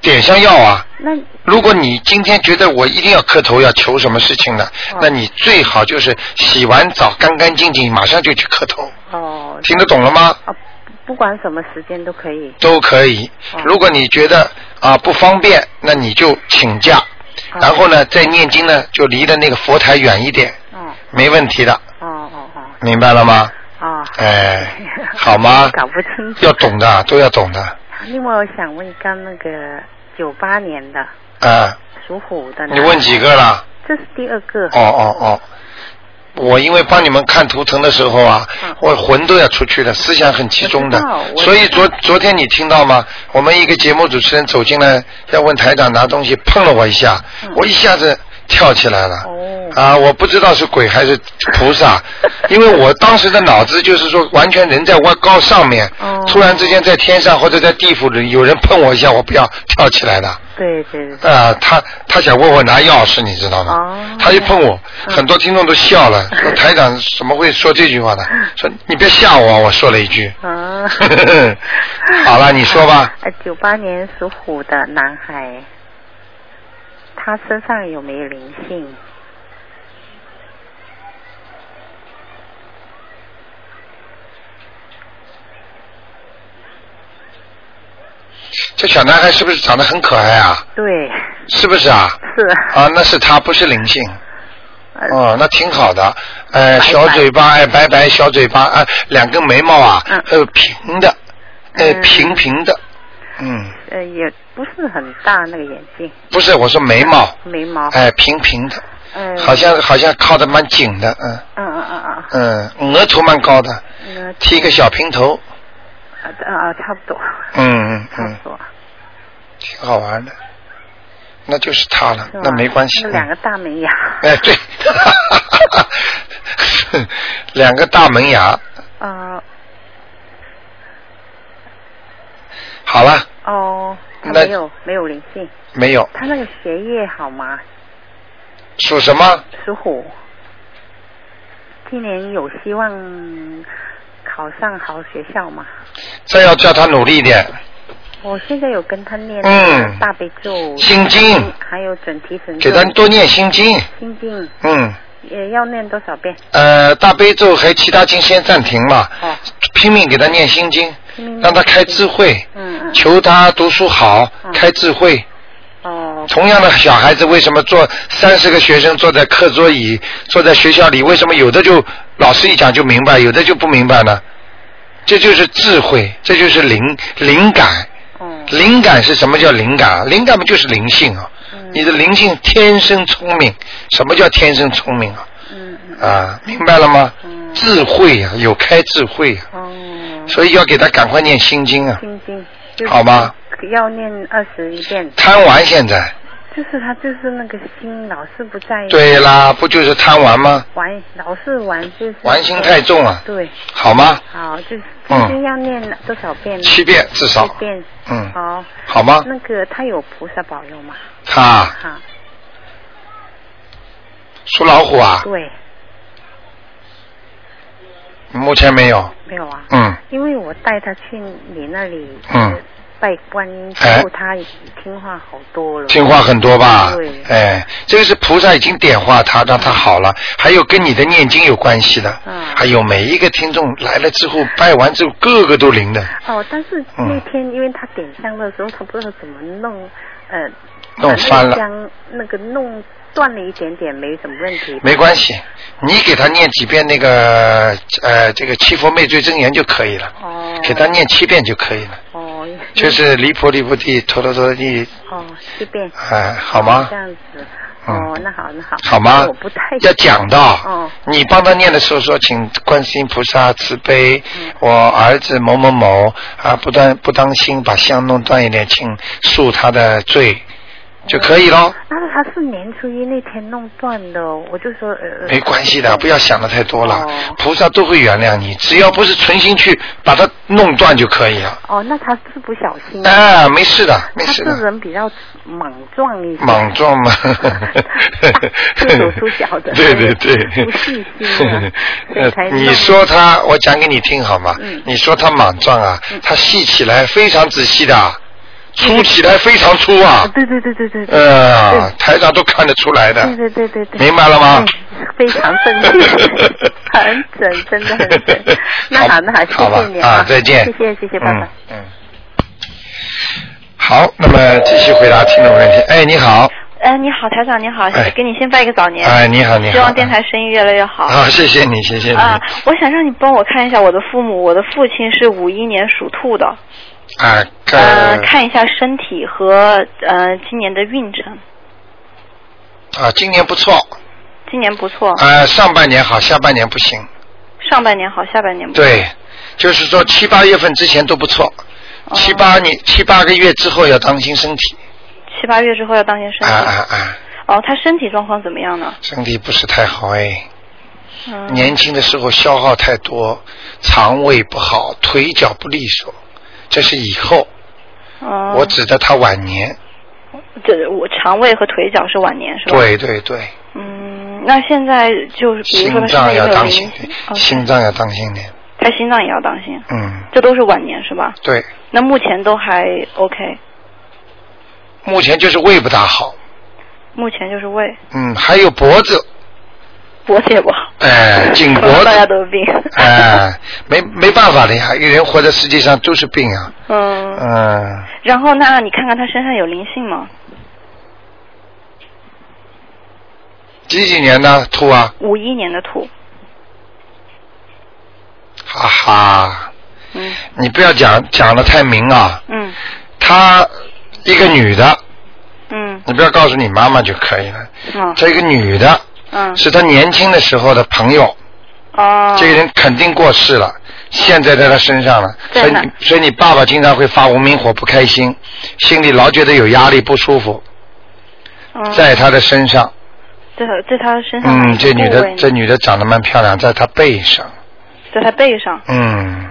Speaker 1: 点香要啊。
Speaker 7: 那
Speaker 1: 如果你今天觉得我一定要磕头，要求什么事情呢？
Speaker 7: 哦
Speaker 1: 那你最好就是洗完澡干干净净，马上就去磕头，
Speaker 7: 哦，
Speaker 1: 听得懂了吗？
Speaker 7: 啊，不管什么时间都可以。
Speaker 1: 都可以
Speaker 7: 哦。
Speaker 1: 如果你觉得啊不方便，那你就请假，
Speaker 7: 哦
Speaker 1: 然后呢再念经呢，就离的那个佛台远一点，
Speaker 7: 哦，
Speaker 1: 没问题的，
Speaker 7: 哦哦哦
Speaker 1: 明白了吗？
Speaker 7: 哦。？
Speaker 1: 哎，好吗
Speaker 7: 搞不清楚。
Speaker 1: 要懂的，都要懂的
Speaker 7: 另外，我想问一个那个九八年的
Speaker 1: 啊。
Speaker 7: 属虎的。
Speaker 1: 你问几？个了？
Speaker 7: 这是第二个。
Speaker 1: 哦哦哦，我因为帮你们看图腾的时候啊
Speaker 7: 嗯，
Speaker 1: 我魂都要出去了，思想很集中的
Speaker 7: 我知道，我
Speaker 1: 所以
Speaker 7: 知
Speaker 1: 昨
Speaker 7: 道
Speaker 1: 昨天你听到吗？我们一个节目主持人走进来要问台长拿东西，碰了我一下，
Speaker 7: 嗯
Speaker 1: 我一下子跳起来了。
Speaker 7: 哦
Speaker 1: 啊，我不知道是鬼还是菩 萨，因为我当时的脑子就是说，完全人在外高上面
Speaker 7: 哦，
Speaker 1: 突然之间在天上或者在地府里有人碰我一下，我不要跳起来的，
Speaker 7: 对对对，
Speaker 1: 啊，他他想问我拿钥匙，你知道吗？
Speaker 7: 哦
Speaker 1: 他一碰我，很多听众都笑 了。说台长怎么会说这句话呢？
Speaker 7: 嗯
Speaker 1: 说你别吓我啊，我说了一句。
Speaker 7: 啊
Speaker 1: 好了，你说吧。
Speaker 7: 呃，九八年属虎的男孩，他身上有没有灵性？
Speaker 1: 这小男孩是不是长得很可爱啊？
Speaker 7: 对，
Speaker 1: 是不是啊？
Speaker 7: 是。
Speaker 1: 啊，那是他，不是灵性。
Speaker 7: 呃
Speaker 1: 哦，那挺好的，呃，
Speaker 7: 白
Speaker 1: 小嘴巴，哎，白白小嘴巴，啊，两根眉毛啊
Speaker 7: 嗯，
Speaker 1: 呃，平的，呃，
Speaker 7: 嗯
Speaker 1: 平平的，嗯，
Speaker 7: 呃，也不是很大那个眼睛，
Speaker 1: 不是，我说眉毛，
Speaker 7: 眉毛，
Speaker 1: 哎，平平的，
Speaker 7: 呃，
Speaker 1: 好像好像靠的蛮紧的，嗯
Speaker 7: 嗯嗯嗯嗯
Speaker 1: 嗯，额头蛮高的，
Speaker 7: 嗯，那
Speaker 1: 剃个小平头，
Speaker 7: 啊啊，差不多，
Speaker 1: 嗯嗯
Speaker 7: 差
Speaker 1: 嗯
Speaker 7: 不，多，
Speaker 1: 挺好玩的，那就是他了
Speaker 7: 是，吧
Speaker 1: 那没关系
Speaker 7: 那，两个大门牙，
Speaker 1: 哎，对， 两个大门牙，
Speaker 7: 啊
Speaker 1: 好了，
Speaker 7: 哦，他
Speaker 1: 那
Speaker 7: 没有没有灵性，
Speaker 1: 没有，
Speaker 7: 他那个学业好吗？
Speaker 1: 属什么？
Speaker 7: 属虎，今年有希望考上好学校吗？
Speaker 1: 再要叫他努力一点。
Speaker 7: 我现在有跟他念
Speaker 1: 嗯
Speaker 7: 大悲咒、
Speaker 1: 心经
Speaker 7: 还有准提神
Speaker 1: 给
Speaker 7: 咒、
Speaker 1: 他多念心经，
Speaker 7: 心经，
Speaker 1: 嗯，
Speaker 7: 也要念多少遍？
Speaker 1: 呃，大悲咒和其他经先暂停嘛，
Speaker 7: 哦，
Speaker 1: 拼命给他念心经，
Speaker 7: 拼命念
Speaker 1: 让他开智慧，
Speaker 7: 嗯嗯，
Speaker 1: 求他读书好，
Speaker 7: 嗯
Speaker 1: 开智慧。嗯
Speaker 7: 哦，
Speaker 1: 同样的小孩子为什么坐三十个学生坐在课桌椅，坐在学校里，为什么有的就老师一讲就明白，有的就不明白呢？这就是智慧，这就是灵灵感。
Speaker 7: 哦，
Speaker 1: 灵感是什么叫灵感啊？灵感不就是灵性啊？
Speaker 7: 嗯
Speaker 1: 你的灵性天生聪明，什么叫天生聪明啊？
Speaker 7: 嗯嗯，
Speaker 1: 啊，明白了吗？
Speaker 7: 嗯
Speaker 1: 智慧呀、啊，有开智慧呀、
Speaker 7: 哦，
Speaker 1: 所以要给他赶快念心经啊！
Speaker 7: 心经，就是
Speaker 1: 好吧？
Speaker 7: 要念二十一遍，
Speaker 1: 贪玩现在，
Speaker 7: 就是他就是那个心老是不在
Speaker 1: 对啦，不就是贪玩吗？
Speaker 7: 玩，老是玩就是
Speaker 1: 玩心太重啊，
Speaker 7: 对，
Speaker 1: 好吗？
Speaker 7: 好，就是
Speaker 1: 嗯
Speaker 7: 心经要念多少遍呢？
Speaker 1: 七遍至少
Speaker 7: 七，遍，
Speaker 1: 嗯，
Speaker 7: 好。
Speaker 1: 好吗？
Speaker 7: 那个他有菩萨保佑吗？
Speaker 1: 他啊
Speaker 7: 哈，
Speaker 1: 属老虎啊，
Speaker 7: 对，
Speaker 1: 目前没有，
Speaker 7: 没有啊。
Speaker 1: 嗯，
Speaker 7: 因为我带他去你那里，
Speaker 1: 嗯
Speaker 7: 呃，拜观音之
Speaker 1: 哎
Speaker 7: 后，他听话好多了。
Speaker 1: 听话很多吧
Speaker 7: 对？
Speaker 1: 哎，这个是菩萨已经点化他，让他好了，还有跟你的念经有关系的，
Speaker 7: 嗯
Speaker 1: 还有每一个听众来了之后拜完之后，个个都灵的，
Speaker 7: 哦，但是
Speaker 1: 嗯
Speaker 7: 那天因为他点香的时候，他不知道怎么弄，呃，
Speaker 1: 弄
Speaker 7: 把那个
Speaker 1: 翻了
Speaker 7: 香那个弄断了一点点，没什么问题。
Speaker 1: 没关系，你给他念几遍那个呃这个七佛灭罪真言就可以了，
Speaker 7: 哦
Speaker 1: 给他念七遍就可以了，
Speaker 7: 哦，
Speaker 1: 就是离婆离婆地，陀陀陀地，
Speaker 7: 哦，这边
Speaker 1: 哎、好吗
Speaker 7: 这？样子，
Speaker 1: 嗯
Speaker 7: 哦，那好，那好，
Speaker 1: 好吗
Speaker 7: 哎我不太？
Speaker 1: 要讲的。
Speaker 7: 哦
Speaker 1: 你帮他念的时候说，请观世音菩萨慈悲，
Speaker 7: 嗯
Speaker 1: 我儿子某某某啊，不当不当心把香弄断一点，请恕他的罪，
Speaker 7: 哦
Speaker 1: 就可以喽。
Speaker 7: 那是他是年初一那天弄断的，我就说呃，呃
Speaker 1: 没关系的，不要想的太多了
Speaker 7: 哦，
Speaker 1: 菩萨都会原谅你，只要不是存心去把它弄断就可以了。
Speaker 7: 哦，那他是不小心，啊
Speaker 1: 哎，没事的，没
Speaker 7: 嗯他
Speaker 1: 事
Speaker 7: 这
Speaker 1: 的。
Speaker 7: 人比较莽撞一些，，
Speaker 1: 莽撞嘛
Speaker 7: 出手出脚 的，
Speaker 1: 对对对，，
Speaker 7: 不细心啊 所以才
Speaker 1: 呃
Speaker 7: 弄
Speaker 1: 你说他，我讲给你听好吗？
Speaker 7: 嗯
Speaker 1: 你说他莽撞啊，他细起来非常仔细的，粗起来非常粗
Speaker 7: 啊
Speaker 1: 啊，
Speaker 7: 对对对对对，对
Speaker 1: 呃，台长都看得出来的。
Speaker 7: 对对对对对，
Speaker 1: 明白了吗
Speaker 7: 对？嗯非常 正确，很准，真的很准。那好，那
Speaker 1: 好
Speaker 7: 好，谢谢你
Speaker 1: 吧啊，再见，
Speaker 7: 谢谢谢谢，拜拜。
Speaker 1: 嗯。嗯好，那么继续回答听众问题。哎，你好，
Speaker 8: 哎，你好，台长，你
Speaker 7: 呃
Speaker 8: 好，
Speaker 1: 哎
Speaker 8: 给你先拜个早年。
Speaker 1: 哎，你好，你好。
Speaker 8: 希望电台生意越来越好。
Speaker 1: 啊，谢谢你，谢谢
Speaker 7: 呃
Speaker 1: 你。
Speaker 8: 啊，我想让你帮我看一下我的父母，我的父亲是五一年属兔的，
Speaker 1: 啊，
Speaker 8: 呃，
Speaker 1: 看
Speaker 8: 看一下身体和呃今年的运程，
Speaker 1: 啊，今年不错，
Speaker 7: 哦
Speaker 8: 今年不错，
Speaker 1: 啊，上半年好，下半年不行。
Speaker 8: 上半年好，下半
Speaker 7: 嗯
Speaker 8: 年不错。
Speaker 1: 对，就是说七八月份之前都不错，
Speaker 8: 哦
Speaker 1: 七八年七八个月之后要当心身体。
Speaker 8: 七八月之后要当心身
Speaker 1: 啊
Speaker 8: 体。
Speaker 1: 啊啊，
Speaker 8: 哦，他身体状况怎么样呢？
Speaker 1: 身体不是太好哎。
Speaker 8: 嗯。
Speaker 1: 年轻的时候消耗太多，肠胃不好，腿脚不利索，这是以后。
Speaker 8: 哦。
Speaker 1: 我指的他晚年，
Speaker 3: 嗯这我肠胃和腿脚是晚年是吧？
Speaker 1: 对对对，
Speaker 3: 嗯，那现在就是比如
Speaker 1: 心
Speaker 3: 说他现在
Speaker 1: 脏
Speaker 3: 有
Speaker 1: 要
Speaker 3: 没有
Speaker 1: 当
Speaker 3: 灵
Speaker 1: 心
Speaker 3: 性？
Speaker 1: 点，
Speaker 3: 哦
Speaker 1: 心脏要当心点。
Speaker 3: 他心脏也要当心，
Speaker 1: 嗯，
Speaker 3: 这都是晚年是吧？
Speaker 1: 对，
Speaker 3: 那目前都还 OK，
Speaker 1: 目前就是胃不大好，
Speaker 3: 目前就是胃
Speaker 1: 嗯，还有脖子，
Speaker 3: 脖子也不好，
Speaker 1: 哎，颈
Speaker 3: 可
Speaker 1: 脖
Speaker 3: 能大家
Speaker 1: 子，
Speaker 3: 都有病。
Speaker 1: 哎，没没办法的呀，一个人活在世界上都是病啊，
Speaker 3: 嗯，
Speaker 1: 嗯，
Speaker 3: 然后那你看看他身上有灵性吗？
Speaker 1: 几几年的兔啊，
Speaker 3: 五一年的兔，
Speaker 1: 哈哈，
Speaker 3: 嗯
Speaker 1: 你不要讲讲的太明啊，
Speaker 3: 嗯
Speaker 1: 她一个女的，
Speaker 3: 嗯
Speaker 1: 你不要告诉你妈妈就可以了，
Speaker 3: 嗯
Speaker 1: 这个女的
Speaker 3: 嗯
Speaker 1: 是她年轻的时候的朋友，
Speaker 3: 哦，
Speaker 1: 这个人肯定过世了，现在在他身上了，所
Speaker 3: 在
Speaker 1: 以
Speaker 3: 哪
Speaker 1: 你所以你爸爸经常会发无名火，不开心，心里老觉得有压力不舒服，
Speaker 3: 嗯哎
Speaker 1: 在他的身上。
Speaker 3: 在他在他身上
Speaker 1: 嗯，
Speaker 3: 哪一个
Speaker 1: 这女
Speaker 3: 部
Speaker 1: 的
Speaker 3: 位呢
Speaker 1: 这女的长得蛮漂亮，在他背上。
Speaker 3: 在他背上，
Speaker 1: 嗯，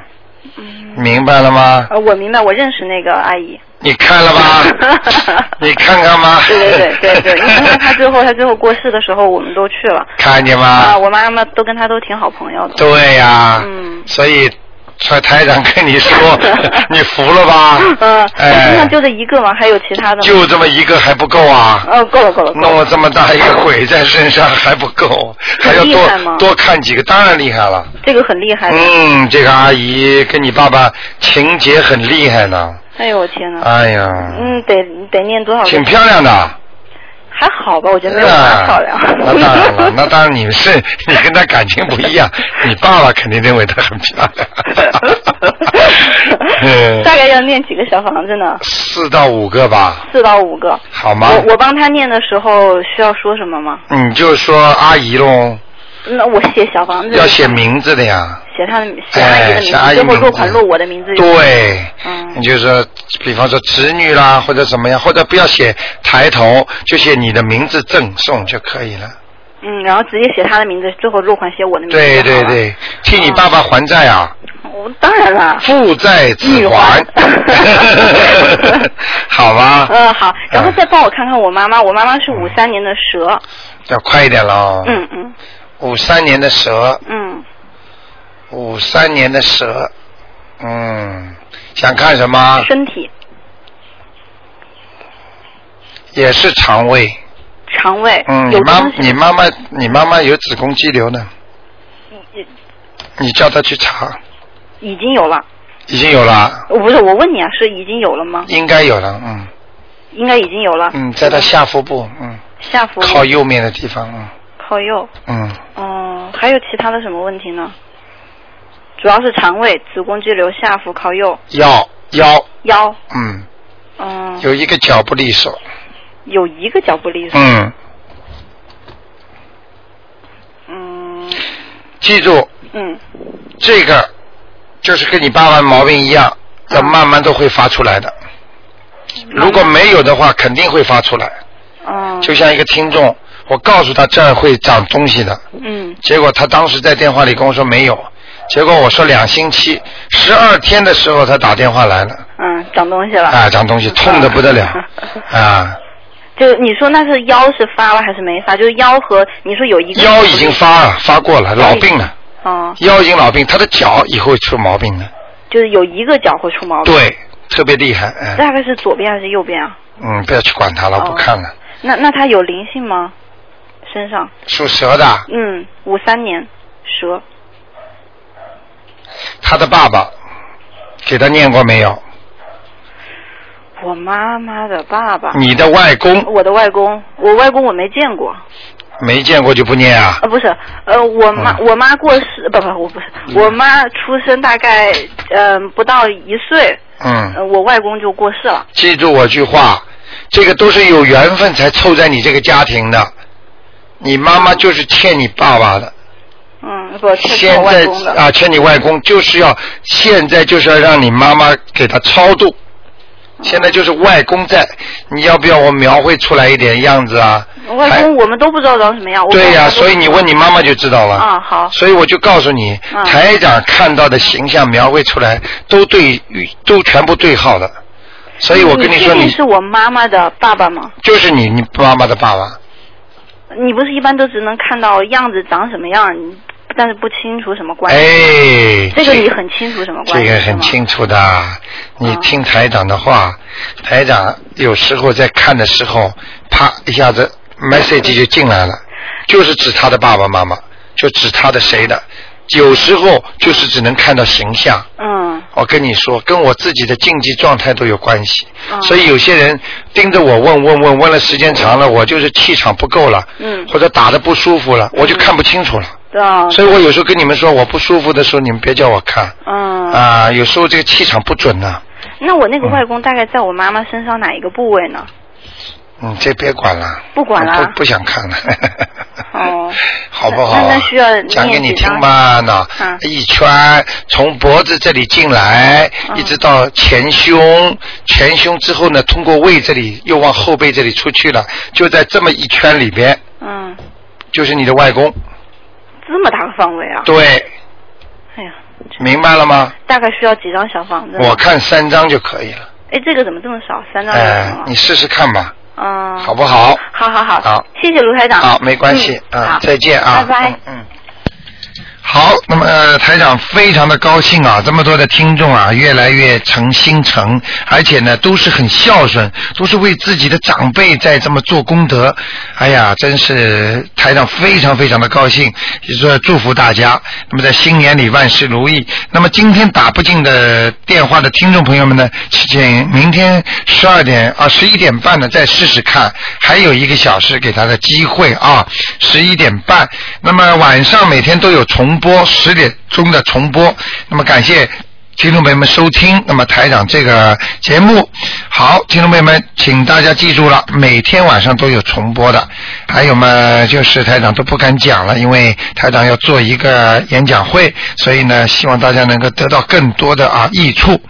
Speaker 3: 嗯，
Speaker 1: 明白了吗？
Speaker 3: 呃，我明白，我认识那个阿姨，
Speaker 1: 你看了 吧？你看看吧。
Speaker 3: 对对对对对，因为他最后他最后过世的时候，我们都去了。
Speaker 1: 看见
Speaker 3: 啊，
Speaker 1: 吗？
Speaker 3: 我妈妈都跟他都挺好朋友的。
Speaker 1: 对呀。
Speaker 3: 嗯
Speaker 1: 所以，蔡台长跟你 说，你服了吧？
Speaker 3: 嗯，他身
Speaker 1: 哎
Speaker 3: 上，就这一个吗？还有其他的吗？
Speaker 1: 就这么一个还不够啊？
Speaker 3: 哦，够了够了够
Speaker 1: 弄
Speaker 3: 了。
Speaker 1: 了这么大一个鬼在身上还不够，还要
Speaker 3: 很厉害吗哎
Speaker 1: 多多看几个，当然厉害了。
Speaker 3: 这个很厉害的。
Speaker 1: 嗯，这个阿姨跟你爸爸情节很厉害呢。
Speaker 3: 哎呦我天哪！
Speaker 1: 哎呀，
Speaker 3: 嗯，得得念多少个
Speaker 1: 挺？漂亮的。
Speaker 3: 还好吧，我觉得没有她漂亮。
Speaker 1: 啊那当然 了，那当然你是你跟他感情不一样，你爸爸肯定认为她很漂亮。 嗯，
Speaker 3: 大概要念几个小房子呢？
Speaker 1: 四到五个吧，
Speaker 3: 四到五个。
Speaker 1: 好吗？
Speaker 3: 我我帮他念的时候需要说什么吗？
Speaker 1: 你就说阿姨喽，
Speaker 3: 那我写小房子
Speaker 1: 要写名字的呀。
Speaker 3: 写他的写阿
Speaker 1: 哎，
Speaker 3: 姨的名字，
Speaker 1: 是阿姨
Speaker 3: 最后
Speaker 1: 名字
Speaker 3: 落款落我的名字。
Speaker 1: 对，
Speaker 3: 嗯
Speaker 1: 你就是说，比方说子女啦，或者怎么样，或者不要写抬头，就写你的名字赠送就可以了。
Speaker 3: 嗯，然后直接写他的名字，最后落款写我的名字。
Speaker 1: 对对。对，替你爸爸还债啊，
Speaker 3: 我哦当然啦。
Speaker 1: 父债子还
Speaker 3: 女还，
Speaker 1: 好吧？
Speaker 3: 嗯，好，然后
Speaker 1: 嗯
Speaker 3: 再帮我看看我妈妈，我妈妈是五三年的蛇，
Speaker 1: 要快一点了哦。
Speaker 3: 嗯嗯
Speaker 1: 五三年的蛇，
Speaker 3: 嗯，
Speaker 1: 五三年的蛇，嗯，想看什么？
Speaker 3: 嗯身体、
Speaker 1: 也是肠胃。
Speaker 3: 肠胃，
Speaker 1: 嗯，你
Speaker 3: 有
Speaker 1: 妈
Speaker 3: 东，西
Speaker 1: 你妈妈，你妈妈有子宫肌瘤呢，你叫她去查，
Speaker 3: 已经有了，
Speaker 1: 已经有了，
Speaker 3: 哦不是我问你啊，是已经有了吗？
Speaker 1: 应该有了，嗯
Speaker 3: 应该已经有了。
Speaker 1: 嗯，在她下腹部，嗯，
Speaker 3: 下腹
Speaker 1: 靠右面的地方，嗯
Speaker 3: 靠右，
Speaker 1: 嗯，
Speaker 3: 嗯，还有其他的什么问题呢？主要是肠胃、子宫肌瘤、下腹靠右、
Speaker 1: 腰腰，
Speaker 3: 腰，
Speaker 1: 嗯，
Speaker 3: 嗯，
Speaker 1: 有一个脚不利索，
Speaker 3: 有一个脚不利索，
Speaker 1: 嗯，
Speaker 3: 嗯
Speaker 1: 记住
Speaker 3: 嗯
Speaker 1: 这个，就是跟你爸爸毛病一样，要慢慢都会发出来的，如果没有的话，肯定会发出来，
Speaker 3: 嗯
Speaker 1: 就像一个听众，我告诉他这儿会长东西的，
Speaker 3: 嗯
Speaker 1: 结果他当时在电话里跟我说没有，结果我说两星期，十二天的时候他打电话来了，
Speaker 3: 嗯，长东西了。
Speaker 1: 啊，长东西痛的不得了， 啊，
Speaker 3: 就你说那是腰是发了还是没发？就是腰和你说有一个哎
Speaker 1: 腰已经发了，发过了，老病了，
Speaker 3: 哦、
Speaker 1: 腰已经老病，他的脚以后出毛病了，
Speaker 3: 就是有一个脚会出毛病。
Speaker 1: 对，特别厉害，嗯
Speaker 3: 大概是左边还是右边啊？
Speaker 1: 嗯，不要去管
Speaker 3: 哦
Speaker 1: 他了，不看了，
Speaker 3: 那那它有灵性吗？身上？
Speaker 1: 属蛇的，
Speaker 3: 嗯，五三年蛇，
Speaker 1: 他的爸爸给他念过没有？
Speaker 3: 啊我妈妈的爸爸，
Speaker 1: 你的外公
Speaker 3: 我的外公，我外公我没见过，
Speaker 1: 没见过就不念啊？
Speaker 3: 呃，不是，呃，我妈、
Speaker 1: 嗯
Speaker 3: 我妈过世，不不，我不是，我妈出生大概嗯、不到一岁，呃
Speaker 1: 嗯，
Speaker 3: 我外公就过世了。
Speaker 1: 记住我句话，这个都是有缘分才凑在你这个家庭的。你妈妈就是欠你爸爸的，
Speaker 3: 嗯，不，是是
Speaker 1: 现
Speaker 3: 我外
Speaker 1: 在
Speaker 3: 公的。
Speaker 1: 啊欠你外公，就是要现在就是要让你妈妈给他超度。现在就是外公在，你要不要我描绘出来一点样子啊？
Speaker 3: 外
Speaker 1: 还
Speaker 3: 公我们都不知道长什么样。我
Speaker 1: 对呀、
Speaker 3: 爸妈都
Speaker 1: 所以你问你妈妈就知道了。
Speaker 3: 啊好
Speaker 1: 所以我就告诉你，
Speaker 3: 嗯
Speaker 1: 台长看到的形象描绘出来，都对，都全部对号的。所以我跟
Speaker 3: 嗯你
Speaker 1: 说
Speaker 3: 确
Speaker 1: 你，
Speaker 3: 定是我妈妈的爸爸吗？
Speaker 1: 就是你你妈妈的爸爸，
Speaker 3: 你不是一般都只能看到样子长什么样，你但是不清楚什么关系。
Speaker 1: 哎，
Speaker 3: 这个你很清楚什么关
Speaker 1: 这
Speaker 3: 系？嗯
Speaker 1: 个很清楚的，你听台长的话，台长有时候在看的时候，啪一下子 message 就进来了，就是指他的爸爸妈妈，就指他的谁的，有时候就是只能看到形象。
Speaker 3: 嗯，
Speaker 1: 我跟你说，跟我自己的竞技状态都有关系，
Speaker 3: 嗯
Speaker 1: 所以有些人盯着我问问问问了时间长了，我就是气场不够了，
Speaker 3: 嗯
Speaker 1: 或者打的不舒服了，我就看不清楚了。
Speaker 3: 对啊，
Speaker 1: 所以我有时候跟你们说我不舒服的时候，你们别叫我看。
Speaker 3: 嗯，
Speaker 1: 啊，嗯有时候这个气场不准呐、
Speaker 3: 那我那个外公大概在我妈妈身上哪一个部位呢？
Speaker 1: 嗯，这别管了，
Speaker 3: 不管
Speaker 1: 我
Speaker 3: 了
Speaker 1: 不不想看了，
Speaker 3: 哦，
Speaker 1: 好不好啊、
Speaker 3: 那那需要念
Speaker 1: 讲给你
Speaker 3: 几
Speaker 1: 听
Speaker 3: 张
Speaker 1: 吧，那、
Speaker 3: 嗯
Speaker 1: 一圈从脖子这里进来，
Speaker 3: 嗯
Speaker 1: 一直到前胸，前胸之后呢，通过胃这里又往后背这里出去了，就在这么一圈里边，
Speaker 3: 嗯，
Speaker 1: 就是你的外公，
Speaker 3: 哦这么大个范围啊？
Speaker 1: 对，
Speaker 3: 哎呀，
Speaker 1: 明白了吗？
Speaker 3: 大概需要几张小房子？
Speaker 1: 我。看三张就可以了，
Speaker 3: 哎，这个怎么这么少？三张
Speaker 1: 哎、
Speaker 3: 就行了。
Speaker 1: 你试试看吧，
Speaker 3: 嗯，
Speaker 1: 好不好？
Speaker 3: 好好好，
Speaker 1: 好
Speaker 3: 谢谢卢台长。
Speaker 1: 好，没关系，
Speaker 3: 嗯
Speaker 1: 啊，
Speaker 3: 好
Speaker 1: 再见啊，
Speaker 3: 拜拜。
Speaker 1: 嗯。嗯好，那么、呃台长非常的高兴啊，这么多的听众啊，越来越诚心诚，而且呢都是很孝顺，都是为自己的长辈在这么做功德。哎呀，真是台长非常非常的高兴，也是祝福大家。那么在新年里万事如意。那么今天打不进的电话的听众朋友们呢，请明天十二点啊十一点半呢再试试看，还有一个小时给他的机会啊，十一点半。那么晚上每天都有重播，十点钟的重播。那么感谢。听众朋友们收听，那么台长这个节目，好，听众朋友们，请大家记住了，每天晚上都有重播的。还有嘛，就是台长都不敢讲了，因为台长要做一个演讲会，所以呢，希望大家能够得到更多的啊益处。